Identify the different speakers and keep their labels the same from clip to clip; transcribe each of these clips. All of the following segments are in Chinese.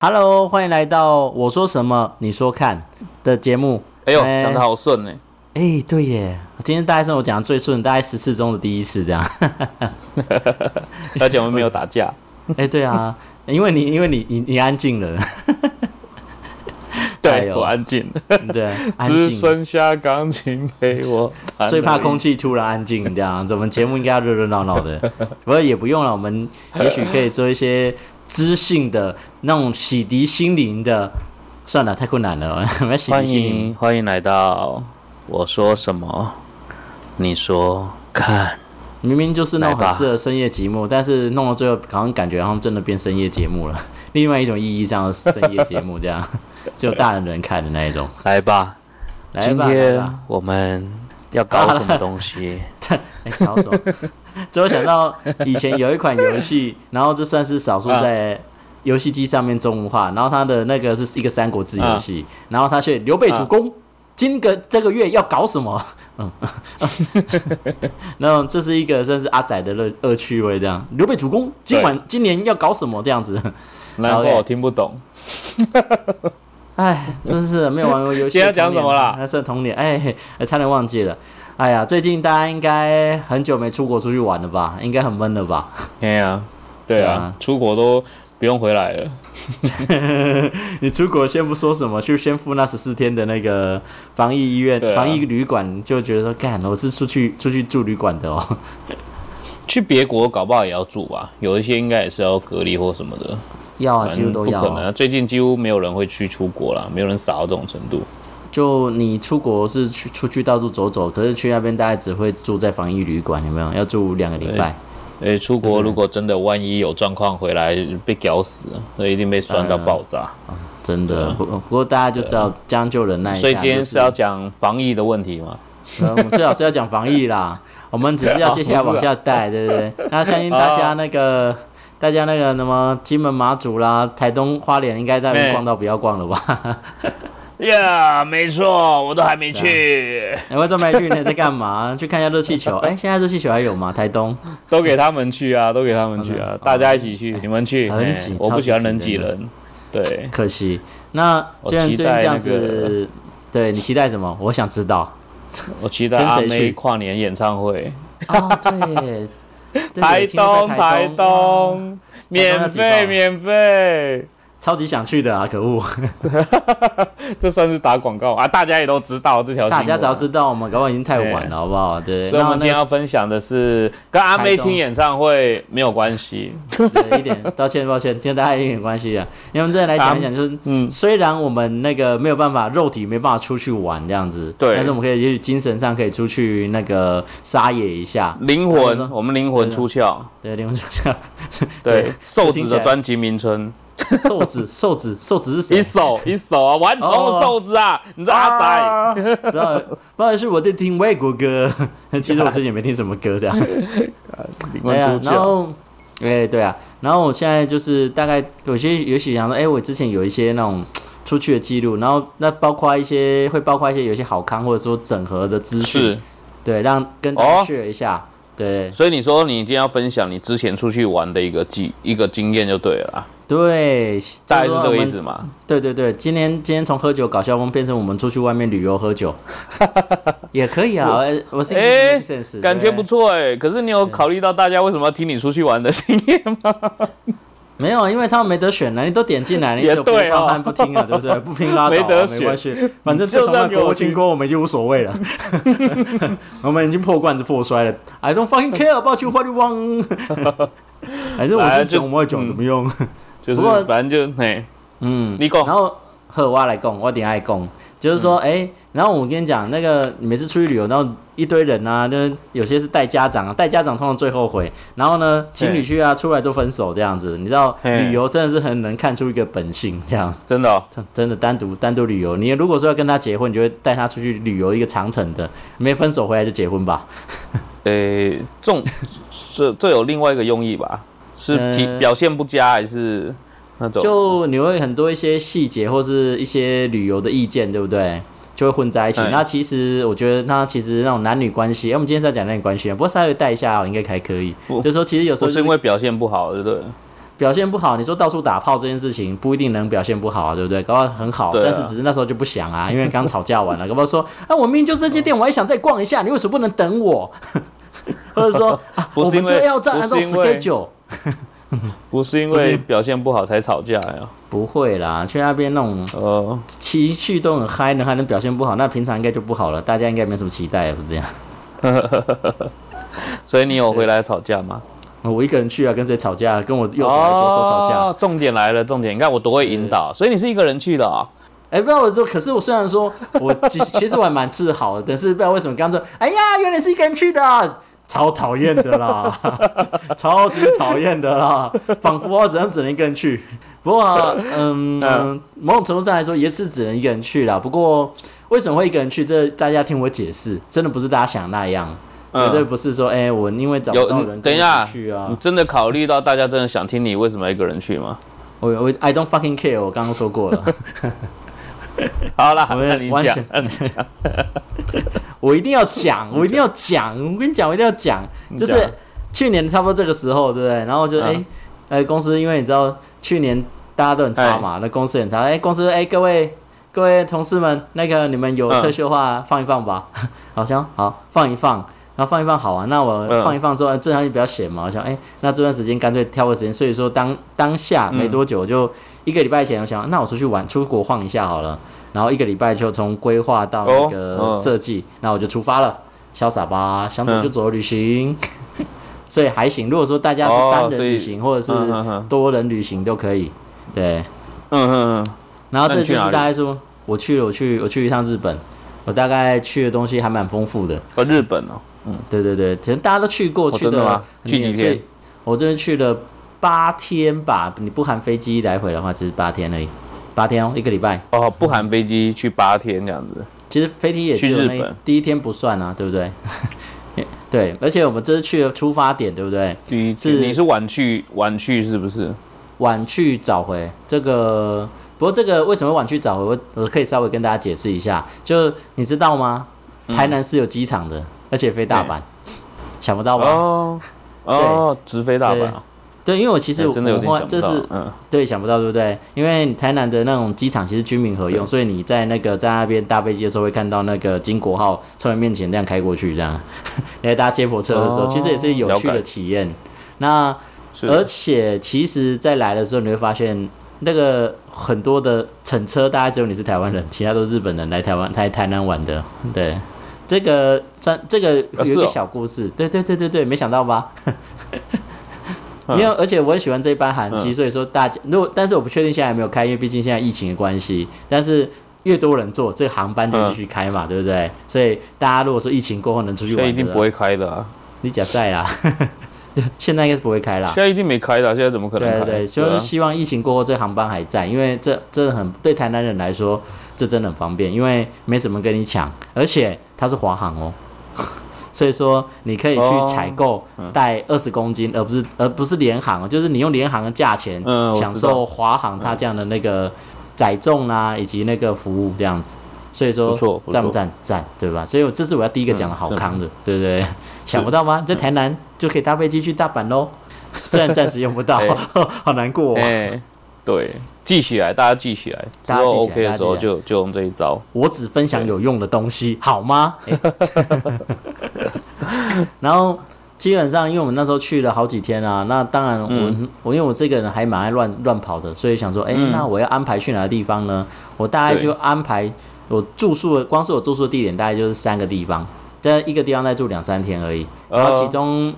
Speaker 1: Hello，欢迎来到我说什么你说看的节目。
Speaker 2: 哎呦，
Speaker 1: 哎
Speaker 2: 讲的好顺 呢、
Speaker 1: 哎、对耶，今天大概是我讲的最顺，大概十次中的第一次这样。
Speaker 2: 而且我们没有打架，
Speaker 1: 哎、对啊，因为你因为你你你安静了， 哎
Speaker 2: 对
Speaker 1: 呦
Speaker 2: 我安静，
Speaker 1: 对，安
Speaker 2: 只
Speaker 1: 静。
Speaker 2: 剩下钢琴陪我弹而已。
Speaker 1: 最怕空气突然安静这样子，我们节目应该要热热闹 闹的，不过也不用了，我们也许可以做一些知性的那种洗涤心灵的。算了，太困难了，我们要洗涤
Speaker 2: 欢
Speaker 1: 心灵。
Speaker 2: 迎欢迎来到我说什么，你说看，
Speaker 1: 明明就是那种很
Speaker 2: 来吧
Speaker 1: 适合深夜节目，但是弄到最后好像感觉好像真的变深夜节目了， 另外一种意义上的深夜节目，这样 只有大人能看的那一种。
Speaker 2: 来吧，
Speaker 1: 来
Speaker 2: 今
Speaker 1: 吧，来吧
Speaker 2: 天我们要搞什么东西？
Speaker 1: 哎、搞 什么？最后想到以前有一款游戏，然后这算是少数在
Speaker 2: 啊
Speaker 1: 游戏机上面中文化，然后它的那个是一个《三国志》游戏，
Speaker 2: 啊
Speaker 1: 然后它却刘备主公。今个这个月要搞什么？ 嗯，那这是一个算是阿仔的乐恶趣味，这样。刘备主公今晚今年要搞什么？这样子，
Speaker 2: 然后我听不懂，
Speaker 1: 哎，真是没有玩过游戏。
Speaker 2: 今天 要讲什么啦
Speaker 1: 那是童年，哎，差点忘记了。哎呀，最近大家应该很久没出国出去玩了吧？应该很闷了吧？
Speaker 2: 哎呀，对
Speaker 1: 对
Speaker 2: 啊
Speaker 1: 啊，
Speaker 2: 出国都不用回来了，
Speaker 1: 你出国先不说什么，就先付那十四天的那个防疫医院、
Speaker 2: 对啊
Speaker 1: 防疫旅馆，就觉得说，干，我是出去出去住旅馆的哦。
Speaker 2: 去别国搞不好也要住吧，有一些应该也是要隔离或什么的，
Speaker 1: 要啊，
Speaker 2: 反
Speaker 1: 几乎
Speaker 2: 正
Speaker 1: 都
Speaker 2: 不
Speaker 1: 要
Speaker 2: 可
Speaker 1: 哦、
Speaker 2: 能啊。最近几乎没有人会去出国啦，没有人傻到这种程度。
Speaker 1: 就你出国是去出去到处走走，可是去那边大概只会住在防疫旅馆，有没有？要住两个礼拜。
Speaker 2: 诶，出国如果真的万一有状况回来被屌死，那一定被酸到爆炸。
Speaker 1: 嗯真的，不不过大家就知道将就忍耐一下。
Speaker 2: 啊所以今天
Speaker 1: 就是
Speaker 2: 是要讲防疫的问题嘛？
Speaker 1: 呃 我们最好是要讲防疫啦，我们只是要接下来往下带，对不对？那相信大家那
Speaker 2: 哦
Speaker 1: 个。大家那个什么金门、马祖啦、台东、花莲，应该在那边
Speaker 2: 哎
Speaker 1: 逛到不要逛了吧？
Speaker 2: 呀、没错，我都还没去，
Speaker 1: 哎，我都没去，你在干嘛？ 去看一下热气 球。哎，现在热气球还有吗？台东
Speaker 2: 都给他们去啊，都给他们去啊，大家一起去，你们去。
Speaker 1: 哎很
Speaker 2: 嘿
Speaker 1: 挤
Speaker 2: 我
Speaker 1: 超
Speaker 2: 不
Speaker 1: 级
Speaker 2: 喜欢人
Speaker 1: 挤
Speaker 2: 挤
Speaker 1: 人
Speaker 2: 人。对，
Speaker 1: 可惜。那
Speaker 2: 我
Speaker 1: 既然
Speaker 2: 期
Speaker 1: 最近这样
Speaker 2: 待那个
Speaker 1: 子，对你期待什么？我想知 道。
Speaker 2: 我期待
Speaker 1: 跟谁
Speaker 2: 阿
Speaker 1: 去
Speaker 2: 妹跨年演唱会，
Speaker 1: 哦，对，对
Speaker 2: 台
Speaker 1: 听说
Speaker 2: 东
Speaker 1: 在台，
Speaker 2: 台东，
Speaker 1: 要
Speaker 2: 免
Speaker 1: 挤爆
Speaker 2: 费免费，
Speaker 1: 超级想去的啊！可恶，
Speaker 2: 这算是打广告啊！大家也都知道这条新
Speaker 1: 大
Speaker 2: 闻，
Speaker 1: 家只要知道我们搞不好已经太晚了，好不好？对，
Speaker 2: 啊所以我
Speaker 1: 那
Speaker 2: 们今天要分享的是跟阿妹听演唱会没有关系。
Speaker 1: 对，一点 道歉，抱歉，跟大家有点关系啊。因为我们再来讲一讲，就是、
Speaker 2: 嗯，
Speaker 1: 虽然我们那个没有办法肉体没办法出去玩这样子，
Speaker 2: 对
Speaker 1: 但是我们可以也许精神上可以出去那个撒野一下，
Speaker 2: 嗯灵
Speaker 1: 啊
Speaker 2: 魂，我们灵魂出窍。
Speaker 1: 对，灵魂出窍。
Speaker 2: 对，瘦
Speaker 1: 听
Speaker 2: 子
Speaker 1: 起来
Speaker 2: 的专辑名称，
Speaker 1: 瘦 子，瘦子，瘦子是谁？
Speaker 2: 一手一手啊，顽
Speaker 1: 哦
Speaker 2: 童瘦子啊，你知道阿仔？
Speaker 1: 仔，不知道，不知道是我在听外国歌， 其实我最近也没听什么歌 的。
Speaker 2: 灵
Speaker 1: 对啊
Speaker 2: 魂，出
Speaker 1: 然
Speaker 2: 窍。
Speaker 1: 后，哎、对啊，然后我现在就是大概有些也许想说，哎、我之前有一些那种出去的记录，然后那包括一些会包括一些有一些好康或者说整合的资讯，
Speaker 2: 是，
Speaker 1: 对，让跟大家
Speaker 2: 哦
Speaker 1: share 一下，对
Speaker 2: 所以你说你今天要分享你之前出去玩的一个记一个经验就对了啦，
Speaker 1: 对，
Speaker 2: 大概是
Speaker 1: 就说
Speaker 2: 这个
Speaker 1: 我
Speaker 2: 意
Speaker 1: 们
Speaker 2: 思嘛？
Speaker 1: 对对对，今天今天从喝酒搞笑风变成我们出去外面旅游喝 酒，也可以啊，哎我是
Speaker 2: 哎
Speaker 1: make sense，
Speaker 2: 感觉
Speaker 1: 对
Speaker 2: 不错哎，可是你有考虑到大家为什么要听你出去玩的经验吗？
Speaker 1: 没有，因为他们没得选了，啊你都点进来，你
Speaker 2: 也
Speaker 1: 就不
Speaker 2: 对哦
Speaker 1: 放饭不听了，对不 对？不听拉倒啊、
Speaker 2: 没得
Speaker 1: 没关系，反正自从那国庆锅，我们已经无所 谓了， 我们已经破罐子破摔了。I don't fucking care about you what you want，反 正我
Speaker 2: 来
Speaker 1: 是
Speaker 2: 就嗯
Speaker 1: 讲我讲怎么用，
Speaker 2: 就是
Speaker 1: 不过
Speaker 2: 反正就嘿，
Speaker 1: 嗯，
Speaker 2: 你讲
Speaker 1: 然后和我来供，我点爱供，就是说，哎、然后我跟你讲，那个你每次出去旅游，然后一堆人啊，就是有些是带家长啊，带家长通常最后悔。然后呢，情侣去啊，出来就分手这样子，你知道，
Speaker 2: 嘿
Speaker 1: 旅游真的是很能看出一个本性这样子。
Speaker 2: 真的哦
Speaker 1: 真真的单独单独旅游，你如果说要跟他结婚，你就会带他出去旅游一个长城的，没分手回来就结婚吧。
Speaker 2: 诶、这种这这有另外一个用意吧？是体
Speaker 1: 呃
Speaker 2: 表现不佳还是那种？
Speaker 1: 就你会很多一些细节或是一些旅游的意见，对不对？就会混在一起。
Speaker 2: 哎
Speaker 1: 那其实我觉得，那其实那种男女关系，哎、我们今天是要讲男女关系啊，不过稍微带一下、哦，应该还可以。
Speaker 2: 不
Speaker 1: 就是说，其实有时
Speaker 2: 不
Speaker 1: 候
Speaker 2: 是
Speaker 1: 就
Speaker 2: 因
Speaker 1: 是
Speaker 2: 为表现不好，对不对？
Speaker 1: 表现不好，你说到处打炮这件事情不一定能表现不好啊，对不对？搞不好很好，
Speaker 2: 对啊
Speaker 1: 但是只是那时候就不想啊，因为刚吵架完了，搞不好说啊，我明明就这间店，我还想再逛一下，你为什么不能等 我？或者说啊，
Speaker 2: 不
Speaker 1: 我
Speaker 2: 是因
Speaker 1: 们
Speaker 2: 为
Speaker 1: 就要再按照
Speaker 2: 不是因为
Speaker 1: schedule。
Speaker 2: 不是因
Speaker 1: 不是
Speaker 2: 为表现不好才吵架呀、
Speaker 1: 不会啦，去那边那种
Speaker 2: 呃，
Speaker 1: 情绪都很嗨呢，还能表现不好，那平常应该就不好了，大家应该没什么期待，不是这样？
Speaker 2: 所以你有回来吵架吗？
Speaker 1: 我一个人去啊，跟谁吵架？跟我右手还是左手吵架？
Speaker 2: 哦，重点来了，重点，你看我多会引导，所以你是一个人去的啊、
Speaker 1: 哎、不知道我说，可是我虽然说我其其实我还蛮自豪的，但是不知道为什么刚说，哎呀，原来是一个人去的啊，超讨厌的啦， 超级讨厌的啦，仿佛我只能只能一个人去。不过、啊，嗯，嗯某种程度上来说也是只能一个人去啦。不过为什么会一个人去？这大家听我解释，真的不是大家想那样，
Speaker 2: 嗯
Speaker 1: 绝对不是说，哎、我因为找不
Speaker 2: 有
Speaker 1: 到
Speaker 2: 嗯
Speaker 1: 人
Speaker 2: 等一
Speaker 1: 跟我
Speaker 2: 下
Speaker 1: 去啊
Speaker 2: 你。真的考虑到大家真的想听你为什么一个人去吗？
Speaker 1: 我我 I don't fucking care，我刚刚说过了。
Speaker 2: 好啦，
Speaker 1: 我们
Speaker 2: 那你
Speaker 1: 完
Speaker 2: 讲
Speaker 1: 全，
Speaker 2: 那你讲，
Speaker 1: 我一定要讲，我一定要讲，我跟你讲，我一定要讲，就是
Speaker 2: 你讲
Speaker 1: 去年差不多这个时候，对不对？然后就哎、
Speaker 2: 嗯
Speaker 1: 呃，公司因为你知道去年大家都很差嘛，那公司很差，哎、公司哎、各位各位同事们，那个你们有
Speaker 2: 嗯
Speaker 1: 特休话放一放吧， 好像好放一放。然后放一放好啊，那我
Speaker 2: 嗯
Speaker 1: 放一放之后，这段就比较闲嘛。我想，哎，那这段时间干脆挑个时间。所以说当当下没多久，我就一个礼拜前，我想，那我出去玩，出国晃一下好了。然后一个礼拜就从规划到那个
Speaker 2: 哦嗯嗯
Speaker 1: 设计，那、我就出发了，潇洒吧，想走就走的旅行。所以还行，如果说大家是
Speaker 2: 哦
Speaker 1: 单人
Speaker 2: 所以
Speaker 1: 旅行、或者
Speaker 2: 嗯
Speaker 1: 是
Speaker 2: 嗯嗯
Speaker 1: 多人旅行都可以，对。
Speaker 2: 嗯嗯嗯，
Speaker 1: 然后
Speaker 2: 那
Speaker 1: 这
Speaker 2: 你
Speaker 1: 就
Speaker 2: 去
Speaker 1: 是
Speaker 2: 哪里
Speaker 1: 大概说，我去了，我去，我去一趟日本，我大概去的东西还蛮丰富的，
Speaker 2: 哦日本哦，
Speaker 1: 对对对，可能大家都去过，
Speaker 2: 哦
Speaker 1: 去
Speaker 2: 真的吗
Speaker 1: 很远
Speaker 2: 去几
Speaker 1: 所以
Speaker 2: 天
Speaker 1: 我这边去了八天吧，你不含飞机来回的话，只是八天而已，八天哦，一个礼拜。
Speaker 2: 哦，不含飞机去八天这样子，
Speaker 1: 其实飞机也
Speaker 2: 去
Speaker 1: 只有
Speaker 2: 日
Speaker 1: 那一
Speaker 2: 本
Speaker 1: 第一天不算啊，对不对？ 对，而且我们这次去的出发点，对不对？
Speaker 2: 第一
Speaker 1: 是
Speaker 2: 你是晚去晚去是不是？
Speaker 1: 晚去早回这个，不过这个为什么晚去早回，我我可以稍微跟大家解释一下。就你知道吗？
Speaker 2: 嗯
Speaker 1: 台南是有机场的，而且飞大阪，想不到吧？
Speaker 2: 哦哦，直飞大阪啊，
Speaker 1: 对，因为我其实
Speaker 2: 哎真的有
Speaker 1: 我
Speaker 2: 点想
Speaker 1: 这
Speaker 2: 不
Speaker 1: 是
Speaker 2: 到，嗯，
Speaker 1: 对，想不到对不对？因为台南的那种机场其实军民合用，所以你在那个在那边搭飞机的时候，会看到那个金国号从你面前这样开过去，这样 你在搭接驳车的时候，
Speaker 2: 哦
Speaker 1: 其实也是有趣
Speaker 2: 了
Speaker 1: 的
Speaker 2: 解
Speaker 1: 体验。那
Speaker 2: 是
Speaker 1: 而且其实，在来的时候，你会发现那个很多的乘车，大概只有你是台湾人，其他都是日本人来台湾来台南玩的。对，这个算这个有
Speaker 2: 啊
Speaker 1: 一
Speaker 2: 是
Speaker 1: 个
Speaker 2: 哦
Speaker 1: 小故事，对对对对对，没想到 吧？
Speaker 2: 嗯
Speaker 1: 因为而且我很喜欢这一班韩机，
Speaker 2: 嗯
Speaker 1: 所以说大家如果但是我不确定现在有没有开，因为毕竟现在疫情的关系，但是。越多人坐，这个航班就继续开嘛，对不对？所以大家如果说疫情过后能出去
Speaker 2: 现在
Speaker 1: 玩，
Speaker 2: 嗯一定
Speaker 1: 对
Speaker 2: 不
Speaker 1: 吧
Speaker 2: 会开的啊，
Speaker 1: 你假赛啦， 现在应该是不会开啦。
Speaker 2: 现在一定没开的啊，现在怎么可能
Speaker 1: 对
Speaker 2: 开？
Speaker 1: 对，
Speaker 2: 啊
Speaker 1: 就是希望疫情过后这航班还在，因为这这很对台南人来说，这真的很方便，因为没什么跟你抢，而且它是华航哦， 所以说你可以去
Speaker 2: 哦
Speaker 1: 采购带二十公斤，呃而不是而不是联航哦，就是你用联航的价钱
Speaker 2: 嗯我知道
Speaker 1: 享受华航它这样的那个载重啊，以及那个服务这样子。所以说
Speaker 2: 不错不错嗯
Speaker 1: 赞不赞赞，对吧？所以我这是我要第一个讲的好康的，对不对？想不到吗？在台南就可以搭飞机去大阪喽， 虽然暂时用不到，
Speaker 2: 哎
Speaker 1: 好难过、哦。
Speaker 2: 哎、对，记起来，大家记起来，之
Speaker 1: 大家记起来
Speaker 2: 后 OK
Speaker 1: 大家
Speaker 2: 的
Speaker 1: 记
Speaker 2: 时候
Speaker 1: 起来
Speaker 2: 就就用这一招。
Speaker 1: 我只分享有用的东西，好吗？哎 然后基本上，因为我们那时候去了好几天啊，那当然我、我因为我这个人还蛮爱乱乱跑的，所以想说，哎、那我要安排去哪个地方呢？我大概就安排我住宿的，光是我住宿的地点大概就是三个地方，在一个地方再住两三天而已。然后
Speaker 2: 呃
Speaker 1: 其中，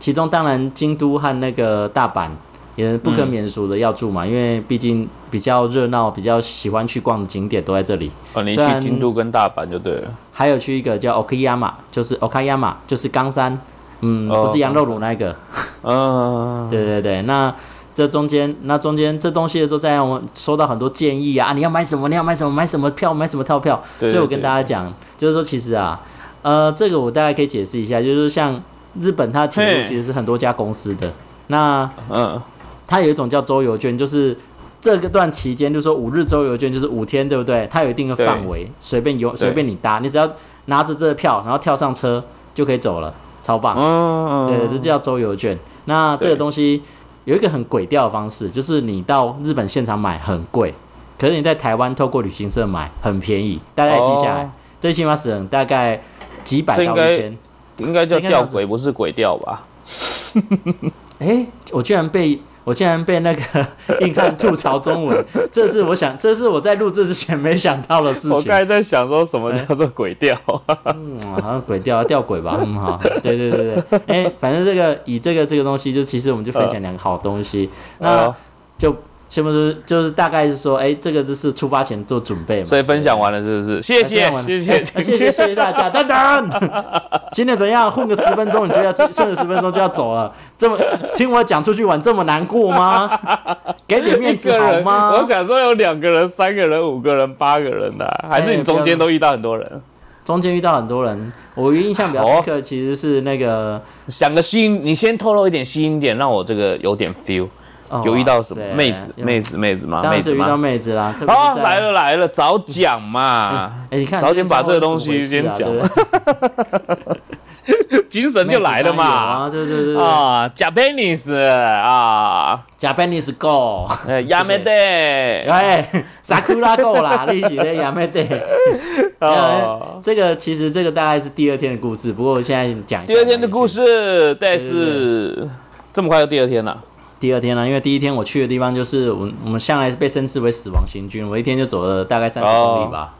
Speaker 1: 其中当然京都和那个大阪也不可免俗的要住嘛，因为毕竟比较热闹、比较喜欢去逛的景点都在这里。
Speaker 2: 哦，你
Speaker 1: 虽然
Speaker 2: 去京都跟大阪就对了。
Speaker 1: 还有去一个叫 Okayama，就是 Okayama，就是冈山，嗯，
Speaker 2: 哦
Speaker 1: 不是羊肉炉那一个。
Speaker 2: 嗯、
Speaker 1: 对对对，那这中间，那中间这东西的时候，在我们收到很多建议啊，啊你要买什么，你要买什么，买什么票，买什么套票。
Speaker 2: 对对
Speaker 1: 所以我跟大家讲，就是说其实啊，呃，这个我大概可以解释一下，就是像日本它的铁路
Speaker 2: 嘿
Speaker 1: 其实是很多家公司的，那
Speaker 2: 嗯，
Speaker 1: 它有一种叫周游券，就是这个段期间，就是说五日周游券，就是五天，对不对？它有一定的范围，随便游，随便你搭，你只要拿着这个票，然后跳上车就可以走了，超棒。
Speaker 2: 嗯，
Speaker 1: 对，这叫周游券。那这个
Speaker 2: 对
Speaker 1: 东西。有一个很鬼调的方式，就是你到日本现场买很贵，可是你在台湾透过旅行社买很便宜。大家也记下来，
Speaker 2: 哦
Speaker 1: 最起码只能大概几百
Speaker 2: 这应
Speaker 1: 到
Speaker 2: 该
Speaker 1: 一千。
Speaker 2: 应该叫
Speaker 1: 应该这样
Speaker 2: 吊
Speaker 1: 子
Speaker 2: 鬼，不是鬼吊吧？
Speaker 1: 哎、我竟然被我竟然被那 个硬汉吐槽中文，这是我想，这是我在录制之前没想到的事
Speaker 2: 我
Speaker 1: 情
Speaker 2: 刚。才在想说什么叫做鬼吊，
Speaker 1: 嗯，好像鬼掉掉鬼吧，嗯，好，对对对对，哎、反正这个以这个这个东西，就其实我们就
Speaker 2: 嗯
Speaker 1: 分享两个好东西，那
Speaker 2: 哦
Speaker 1: 就先不说，就是大概是说，哎、这个就是出发前做准备嘛，
Speaker 2: 所以分享完了是不是？
Speaker 1: 对。
Speaker 2: 谢
Speaker 1: 分
Speaker 2: 谢
Speaker 1: 享完了
Speaker 2: 谢
Speaker 1: 哎
Speaker 2: 谢
Speaker 1: 谢谢谢谢大家。等等， 今天怎样混个十分钟，你就要剩十分钟就要走了？这么听我讲出去玩这么难过吗？给点面
Speaker 2: 一
Speaker 1: 子
Speaker 2: 个
Speaker 1: 好
Speaker 2: 人，
Speaker 1: 吗？
Speaker 2: 我想说有两个人、三个人、五个人、八个人的啊、还是
Speaker 1: 哎
Speaker 2: 你中
Speaker 1: 不要
Speaker 2: 间都遇到很多人？
Speaker 1: 中间遇到很多人，我印象比较深刻其实是那个、
Speaker 2: 想个吸引，你先透露一点吸引点，让我这个有点 feel。
Speaker 1: 哦
Speaker 2: 有遇到什
Speaker 1: 哇
Speaker 2: 么
Speaker 1: 塞
Speaker 2: 妹子？
Speaker 1: 有
Speaker 2: 妹子？妹子吗？
Speaker 1: 当
Speaker 2: 妹
Speaker 1: 然
Speaker 2: 子
Speaker 1: 是遇到
Speaker 2: 吗？
Speaker 1: 妹子啦，特别
Speaker 2: 啊，
Speaker 1: 是在
Speaker 2: 来了来了，早讲嘛！
Speaker 1: 哎，你看
Speaker 2: 早点把这个东西先
Speaker 1: 先
Speaker 2: 讲 精神就来了嘛！
Speaker 1: 啊，对对对对
Speaker 2: 啊，Japanese 啊，
Speaker 1: ，Japanese go，
Speaker 2: 呃，Yamete
Speaker 1: 哎，Sakura go 啦， 你起来亚妹对。哎
Speaker 2: 哦。
Speaker 1: 这个其实这个大概是第二天的故事，不过我现在讲一下
Speaker 2: 第二天的故。事，
Speaker 1: 对
Speaker 2: 但是这么快就第二天了，
Speaker 1: 第二天呢、因为第一天我去的地方就是我我们向来被称之为死亡行军，我一天就走了大概三十公里
Speaker 2: 哦
Speaker 1: 吧。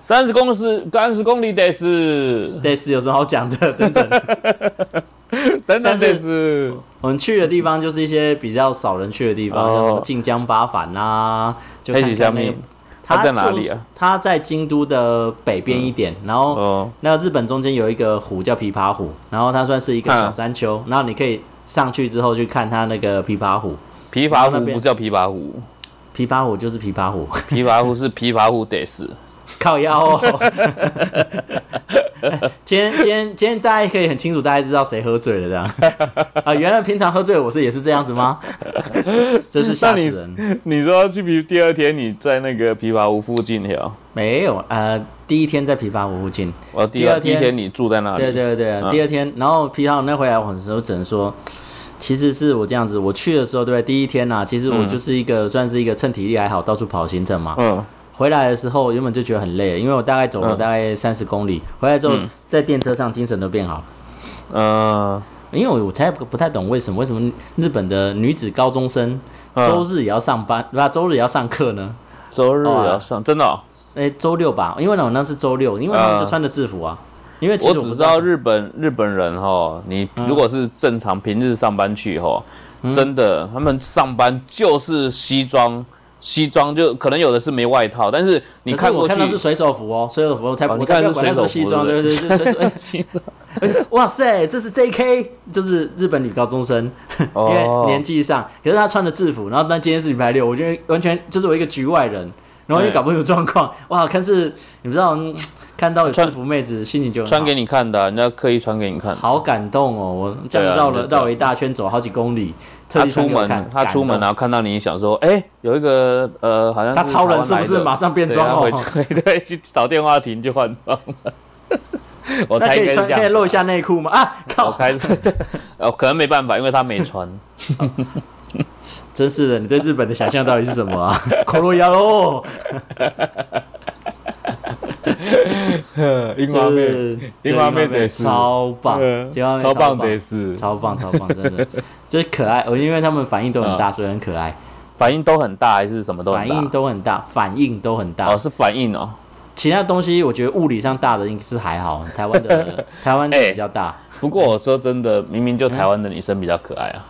Speaker 2: 三十公里，三十公里得是，
Speaker 1: 类似有什么好讲的？等等，
Speaker 2: 等
Speaker 1: 但
Speaker 2: 等
Speaker 1: 是
Speaker 2: 得是，
Speaker 1: 我们去的地方就是一些比较少人去的地方，
Speaker 2: 哦
Speaker 1: 像什么晋江八反啊，就看
Speaker 2: 黑
Speaker 1: 看
Speaker 2: 旗下
Speaker 1: 那
Speaker 2: 面
Speaker 1: 个
Speaker 2: 它在
Speaker 1: 就
Speaker 2: 哪里
Speaker 1: 是
Speaker 2: 啊？
Speaker 1: 它在京都的北边一点，然后
Speaker 2: 哦，
Speaker 1: 那日本中间有一个湖叫琵琶湖，然后它算是一个小
Speaker 2: 嗯
Speaker 1: 山丘，然后你可以上去之后去看它那个琵琶湖，
Speaker 2: 琵琶
Speaker 1: 那
Speaker 2: 湖
Speaker 1: 边
Speaker 2: 不叫琵琶 湖，
Speaker 1: 琵琶湖就是琵琶湖，
Speaker 2: 琵琶湖是琵琶湖得是。
Speaker 1: 靠腰哦。 今天今天今天大家可以很清楚，大家知道谁喝醉了这样啊、原来平常喝醉我是也是这样子吗？ 真是吓死人！
Speaker 2: 你说要去琵，第二天你在那个琵琶湖附近呀？
Speaker 1: 没有呃，第一天在琵琶湖附近，
Speaker 2: 我哦第
Speaker 1: 第二
Speaker 2: 二
Speaker 1: 天
Speaker 2: 第一天你住在那里，
Speaker 1: 对对对，
Speaker 2: 嗯
Speaker 1: 第二天，然后皮套那回来，我很时候只能说，其实是我这样子，我去的时候，对不对，第一天呐、啊其实我就是一个、算是一个趁体力还好到处跑的行程嘛。
Speaker 2: 嗯，
Speaker 1: 回来的时候原本就觉得很累，因为我大概走了
Speaker 2: 嗯
Speaker 1: 大概三十公里，回来之后、在电车上精神都变好了。
Speaker 2: 呃，
Speaker 1: 因为我我才不不太懂为什么为什么日本的女子高中生
Speaker 2: 嗯
Speaker 1: 周日也要上班，不、周日也要上课呢？
Speaker 2: 周日要上，真的哦、
Speaker 1: 哎、周六吧，因为呢我那是周六，因为他们就
Speaker 2: 嗯
Speaker 1: 穿着制服啊。因为其
Speaker 2: 我
Speaker 1: 实我不
Speaker 2: 只知道日本日本人哈，你
Speaker 1: 嗯
Speaker 2: 如果是正常平日上班去哈，真的他们上班就是西装，西装就可能有的是没外套，但是你
Speaker 1: 可是
Speaker 2: 看
Speaker 1: 我
Speaker 2: 过去
Speaker 1: 看到是水手服哦，水手服我才、
Speaker 2: 哦
Speaker 1: 我
Speaker 2: 你
Speaker 1: 才不
Speaker 2: 看的
Speaker 1: 要
Speaker 2: 是
Speaker 1: 管那什么西
Speaker 2: 水手服
Speaker 1: 装，对
Speaker 2: 对
Speaker 1: 对对，水手哎
Speaker 2: 西装，
Speaker 1: 而且哇塞，这是 J.K.，就是日本女高中生，因为
Speaker 2: 哦
Speaker 1: 年纪上，可是她穿的制服，然后但今天是礼拜六，我觉得完全就是我一个局外人，然后又
Speaker 2: 对
Speaker 1: 搞不清楚状况，哇，看是你不知道嗯看到有制服妹子，心情就很
Speaker 2: 穿
Speaker 1: 好
Speaker 2: 给你看的啊，人家刻意穿给你看。
Speaker 1: 好感动哦，我这样
Speaker 2: 对啊
Speaker 1: 绕
Speaker 2: 你
Speaker 1: 了
Speaker 2: 就
Speaker 1: 绕了一大圈，走好几公里，特
Speaker 2: 他
Speaker 1: 地穿
Speaker 2: 出
Speaker 1: 给我
Speaker 2: 门
Speaker 1: 看，
Speaker 2: 他出门然
Speaker 1: 啊，
Speaker 2: 后看到你，想说，哎、有一个呃，好像
Speaker 1: 他超人
Speaker 2: 台
Speaker 1: 是不
Speaker 2: 湾来
Speaker 1: 是
Speaker 2: 的
Speaker 1: 马上变
Speaker 2: 对啊
Speaker 1: 装
Speaker 2: 他
Speaker 1: 哦
Speaker 2: 回？去 对，去找电话亭去换装了。 我
Speaker 1: 那可
Speaker 2: 猜应
Speaker 1: 以
Speaker 2: 该
Speaker 1: 穿
Speaker 2: 是这
Speaker 1: 可以
Speaker 2: 样。哦
Speaker 1: 露一下内裤吗？啊，
Speaker 2: 我
Speaker 1: 靠！
Speaker 2: 开始，呃，可能没办法，因为他没穿。
Speaker 1: 真是的，你对日本的想象到底是什么 啊？可洛亚喽，
Speaker 2: 樱
Speaker 1: 就是
Speaker 2: 樱花妹得是嗯
Speaker 1: 超棒，樱花妹
Speaker 2: 超
Speaker 1: 棒
Speaker 2: 棒得是，
Speaker 1: 超棒，超棒，真 的就是可爱。我因为他们反应都很大，所以很可爱，
Speaker 2: 反应都很大还是嗯什么都
Speaker 1: 反
Speaker 2: 很大？
Speaker 1: 应都很大，反应都很大
Speaker 2: 哦，。是反应哦。
Speaker 1: 其他东西我觉得物理上大的应该是还好，台湾 的台湾的
Speaker 2: 哎
Speaker 1: 比较大。
Speaker 2: 不过我说真的，明明就台湾的女生比较可爱啊。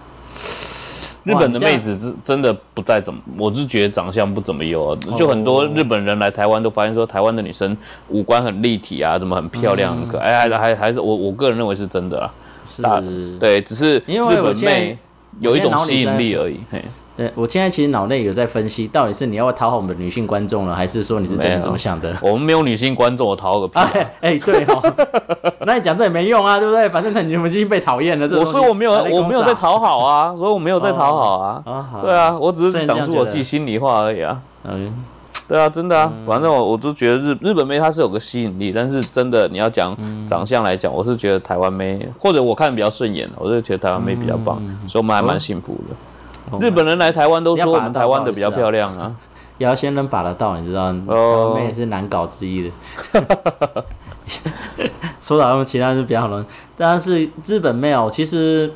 Speaker 2: 日本的妹子真真的不再怎么，我是觉得长相不怎么优啊，就很多日本人来台湾都发现说台湾的女生五官很立体啊，怎么很漂亮、很可爱，还还还是我我个人认为是真的啦。
Speaker 1: 是，
Speaker 2: 哎大对，只是日
Speaker 1: 因为我
Speaker 2: 本
Speaker 1: 现在
Speaker 2: 妹有一种吸引力而已。嘿
Speaker 1: 对我现在其实脑内有在分析，到底是你要讨好我们的女性观众了，还是说你是真的
Speaker 2: 没有
Speaker 1: 怎么想的？
Speaker 2: 我们没有女性观众，我讨个屁、
Speaker 1: 哎
Speaker 2: 啊！
Speaker 1: 哎、对 哦，那你讲这也没用啊，对不对？反正你们已经被讨厌了。这
Speaker 2: 我
Speaker 1: 个
Speaker 2: 说
Speaker 1: 东西
Speaker 2: 我没有，
Speaker 1: 拿来
Speaker 2: 我没有
Speaker 1: 攻
Speaker 2: 在
Speaker 1: 杀
Speaker 2: 讨好
Speaker 1: 哦
Speaker 2: 啊，所以我没有在讨好啊。
Speaker 1: 啊，好
Speaker 2: 对，啊，我只
Speaker 1: 所以
Speaker 2: 是
Speaker 1: 你这
Speaker 2: 讲
Speaker 1: 样
Speaker 2: 出
Speaker 1: 觉
Speaker 2: 我
Speaker 1: 得
Speaker 2: 自己心里话而已啊。
Speaker 1: 嗯，
Speaker 2: 对啊，真的啊，反正我我就觉得日日本妹她是有个吸引力，但是真的你要讲
Speaker 1: 嗯
Speaker 2: 长相来讲，我是觉
Speaker 1: 嗯
Speaker 2: 得台湾妹或者我看比较顺眼，我就觉得台湾妹比较棒，所以我们还蛮幸福的。
Speaker 1: Oh my
Speaker 2: 日本人来台湾都
Speaker 1: 哦要
Speaker 2: 说
Speaker 1: 把
Speaker 2: 我
Speaker 1: 它
Speaker 2: 们
Speaker 1: 当
Speaker 2: 台湾的
Speaker 1: 保
Speaker 2: 比较
Speaker 1: 育是啊嗯
Speaker 2: 漂亮啊。
Speaker 1: 姚先生把得到，你知道，
Speaker 2: 哦
Speaker 1: 我们也是难搞之一的。 说到他们其他人比较好了，但是日本没有，其实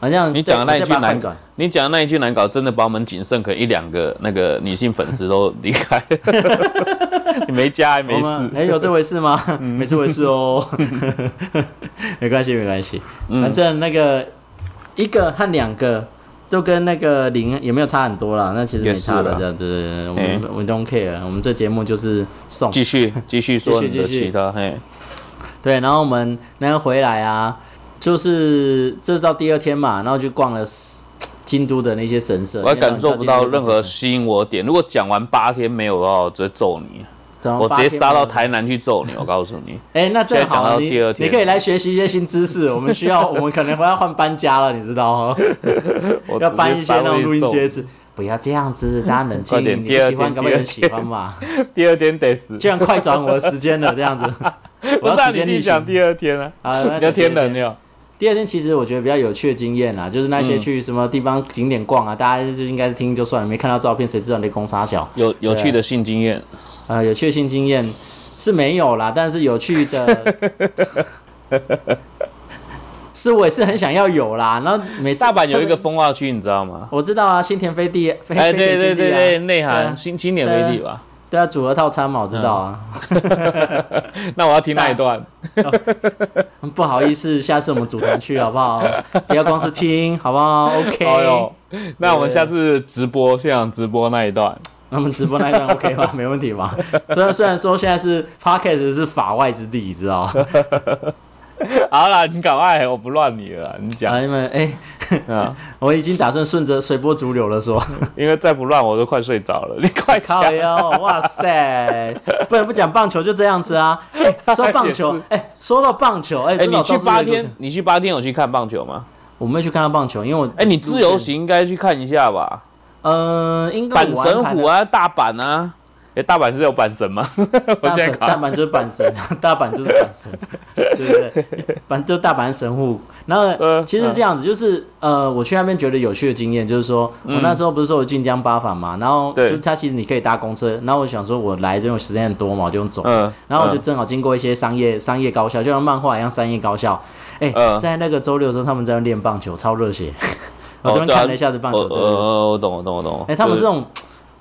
Speaker 1: 好像
Speaker 2: 你讲的那一句
Speaker 1: 再把它
Speaker 2: 难
Speaker 1: 快转，
Speaker 2: 你讲的那一句难搞，真的把我们仅剩可能一两个那个女性粉丝都 离开。你没加还没
Speaker 1: 我
Speaker 2: 事
Speaker 1: 们，哎、有这回事 吗？没这回事哦，没关系，没关系，
Speaker 2: 嗯
Speaker 1: 反正那个一个和两个都跟那个零也没有差很多啦，那其实没差
Speaker 2: 也是啊
Speaker 1: 的，
Speaker 2: 啦
Speaker 1: 这样子，我们我们 don't care，我们这节目就是送
Speaker 2: 继续继续说
Speaker 1: 继
Speaker 2: 你
Speaker 1: 续
Speaker 2: 的
Speaker 1: 继续
Speaker 2: 其他嘿，
Speaker 1: 对，然后我们那天回来啊，就是这是到第二天嘛，然后就逛了京都的那些神社，
Speaker 2: 我还感受不到任何
Speaker 1: 因为
Speaker 2: 吸引我的点。如果讲完八天没有的话，我直接揍你，
Speaker 1: 到
Speaker 2: 我直接杀
Speaker 1: 哦怎么
Speaker 2: 到。
Speaker 1: 八天
Speaker 2: 台南去揍你。我告诉你，
Speaker 1: 哎、那正
Speaker 2: 现在讲
Speaker 1: 好
Speaker 2: 到
Speaker 1: 你
Speaker 2: 第二天
Speaker 1: 你可以来学习一些新知识。我们需要，我们可能会要换搬家了，你知道哦，
Speaker 2: 我
Speaker 1: 要
Speaker 2: 直接
Speaker 1: 搬一些
Speaker 2: 杀
Speaker 1: 那
Speaker 2: 过
Speaker 1: 种
Speaker 2: 去
Speaker 1: 录音
Speaker 2: 揍
Speaker 1: 机子。不要这样 子，大家冷静
Speaker 2: 快
Speaker 1: 一点。
Speaker 2: 点
Speaker 1: 你
Speaker 2: 第二
Speaker 1: 不喜欢，
Speaker 2: 天
Speaker 1: 搞不好有
Speaker 2: 第二
Speaker 1: 人喜欢嘛？
Speaker 2: 你。第二天得 死，
Speaker 1: 居然快转我的时间了，这 样子。
Speaker 2: 不
Speaker 1: 我
Speaker 2: 是啊
Speaker 1: 要时间
Speaker 2: 你自
Speaker 1: 逆
Speaker 2: 己
Speaker 1: 行
Speaker 2: 讲。第二天啊
Speaker 1: 好那讲，
Speaker 2: 比较
Speaker 1: 第二
Speaker 2: 天冷
Speaker 1: 天
Speaker 2: 了。
Speaker 1: 第二天其实我觉得比较有趣的经验啦，啊就是那些去什么地方景点逛啊，大家就应该听就算了，没看到照片谁知道你在攻杀小？
Speaker 2: 有有
Speaker 1: 对
Speaker 2: 趣
Speaker 1: 啊
Speaker 2: 的性经验，
Speaker 1: 呃，有趣的性经验是没有啦，但是有趣的 是我也是很想要有啦。然后每次
Speaker 2: 大阪有一个
Speaker 1: 特
Speaker 2: 风化区，你知道吗
Speaker 1: 别，？我知道啊，新田飞地， 飞
Speaker 2: 哎，
Speaker 1: 飞
Speaker 2: 对
Speaker 1: 田
Speaker 2: 对
Speaker 1: 新
Speaker 2: 对
Speaker 1: 地
Speaker 2: 对，
Speaker 1: 啊，
Speaker 2: 内
Speaker 1: 对
Speaker 2: 涵
Speaker 1: 啊
Speaker 2: 新青年
Speaker 1: 对啊
Speaker 2: 飞地吧。
Speaker 1: 对啊，组合套餐嘛，我知道啊。
Speaker 2: 那我要听那一段。
Speaker 1: 不好意思，下次我们组团去好不好？ 不要光是听，好不好？OK，、
Speaker 2: 哎呦，那我们下次直播现场直播那一段，
Speaker 1: 那我们直播那一段 OK 吗？没问题吧？虽然虽然说现在是 Podcast 是法外之地，你知道吗？
Speaker 2: 好啦，你赶快，我不乱你了啦，你讲
Speaker 1: 啊，因为哎、
Speaker 2: 啊，
Speaker 1: 我已经打算顺着随波逐流了说。
Speaker 2: 因为再不乱我都快睡着了，你快 讲
Speaker 1: 哎靠。腰，哇塞！不然不讲棒球就这样子 啊。哎说到棒球
Speaker 2: 也，
Speaker 1: 哎、说到棒球，哎、
Speaker 2: 哎，
Speaker 1: 真的嗯
Speaker 2: 你去
Speaker 1: 我倒是
Speaker 2: 八
Speaker 1: 有一个
Speaker 2: 天，，你去八天有去看棒球吗？
Speaker 1: 我没有去看到棒球，因为我
Speaker 2: 哎，你自由，行应该去看一下吧，
Speaker 1: 嗯、呃，应该
Speaker 2: 阪
Speaker 1: 我安
Speaker 2: 神
Speaker 1: 排
Speaker 2: 虎
Speaker 1: 的。
Speaker 2: 啊，大阪啊，哎，大阪是有阪神吗？ 我
Speaker 1: 大
Speaker 2: 现在
Speaker 1: 阪
Speaker 2: 看
Speaker 1: 大阪就是阪神，啊 大阪就是阪神，对不对？反正就大阪神户。然后
Speaker 2: 嗯
Speaker 1: 其实这样子，就是呃，我去那边觉得有趣的经验，就是说我那时候不是说我进江八法嘛，然后
Speaker 2: 嗯对
Speaker 1: 就是它其实你可以搭公车，然后我想说我来这种时间很多嘛，我就用走的
Speaker 2: 嗯，
Speaker 1: 然后我就
Speaker 2: 嗯
Speaker 1: 正好经过一些商业商业高校，就像漫画一样商业高校。哎、
Speaker 2: 嗯
Speaker 1: 在那个周六的时候，他们在那练棒球，超热血。 我
Speaker 2: 哦
Speaker 1: 这边
Speaker 2: 对啊
Speaker 1: 看了一下子棒球
Speaker 2: 哦
Speaker 1: 队，
Speaker 2: 哦
Speaker 1: 哎、
Speaker 2: 哦我懂我懂我懂。
Speaker 1: 他们
Speaker 2: 就是
Speaker 1: 那种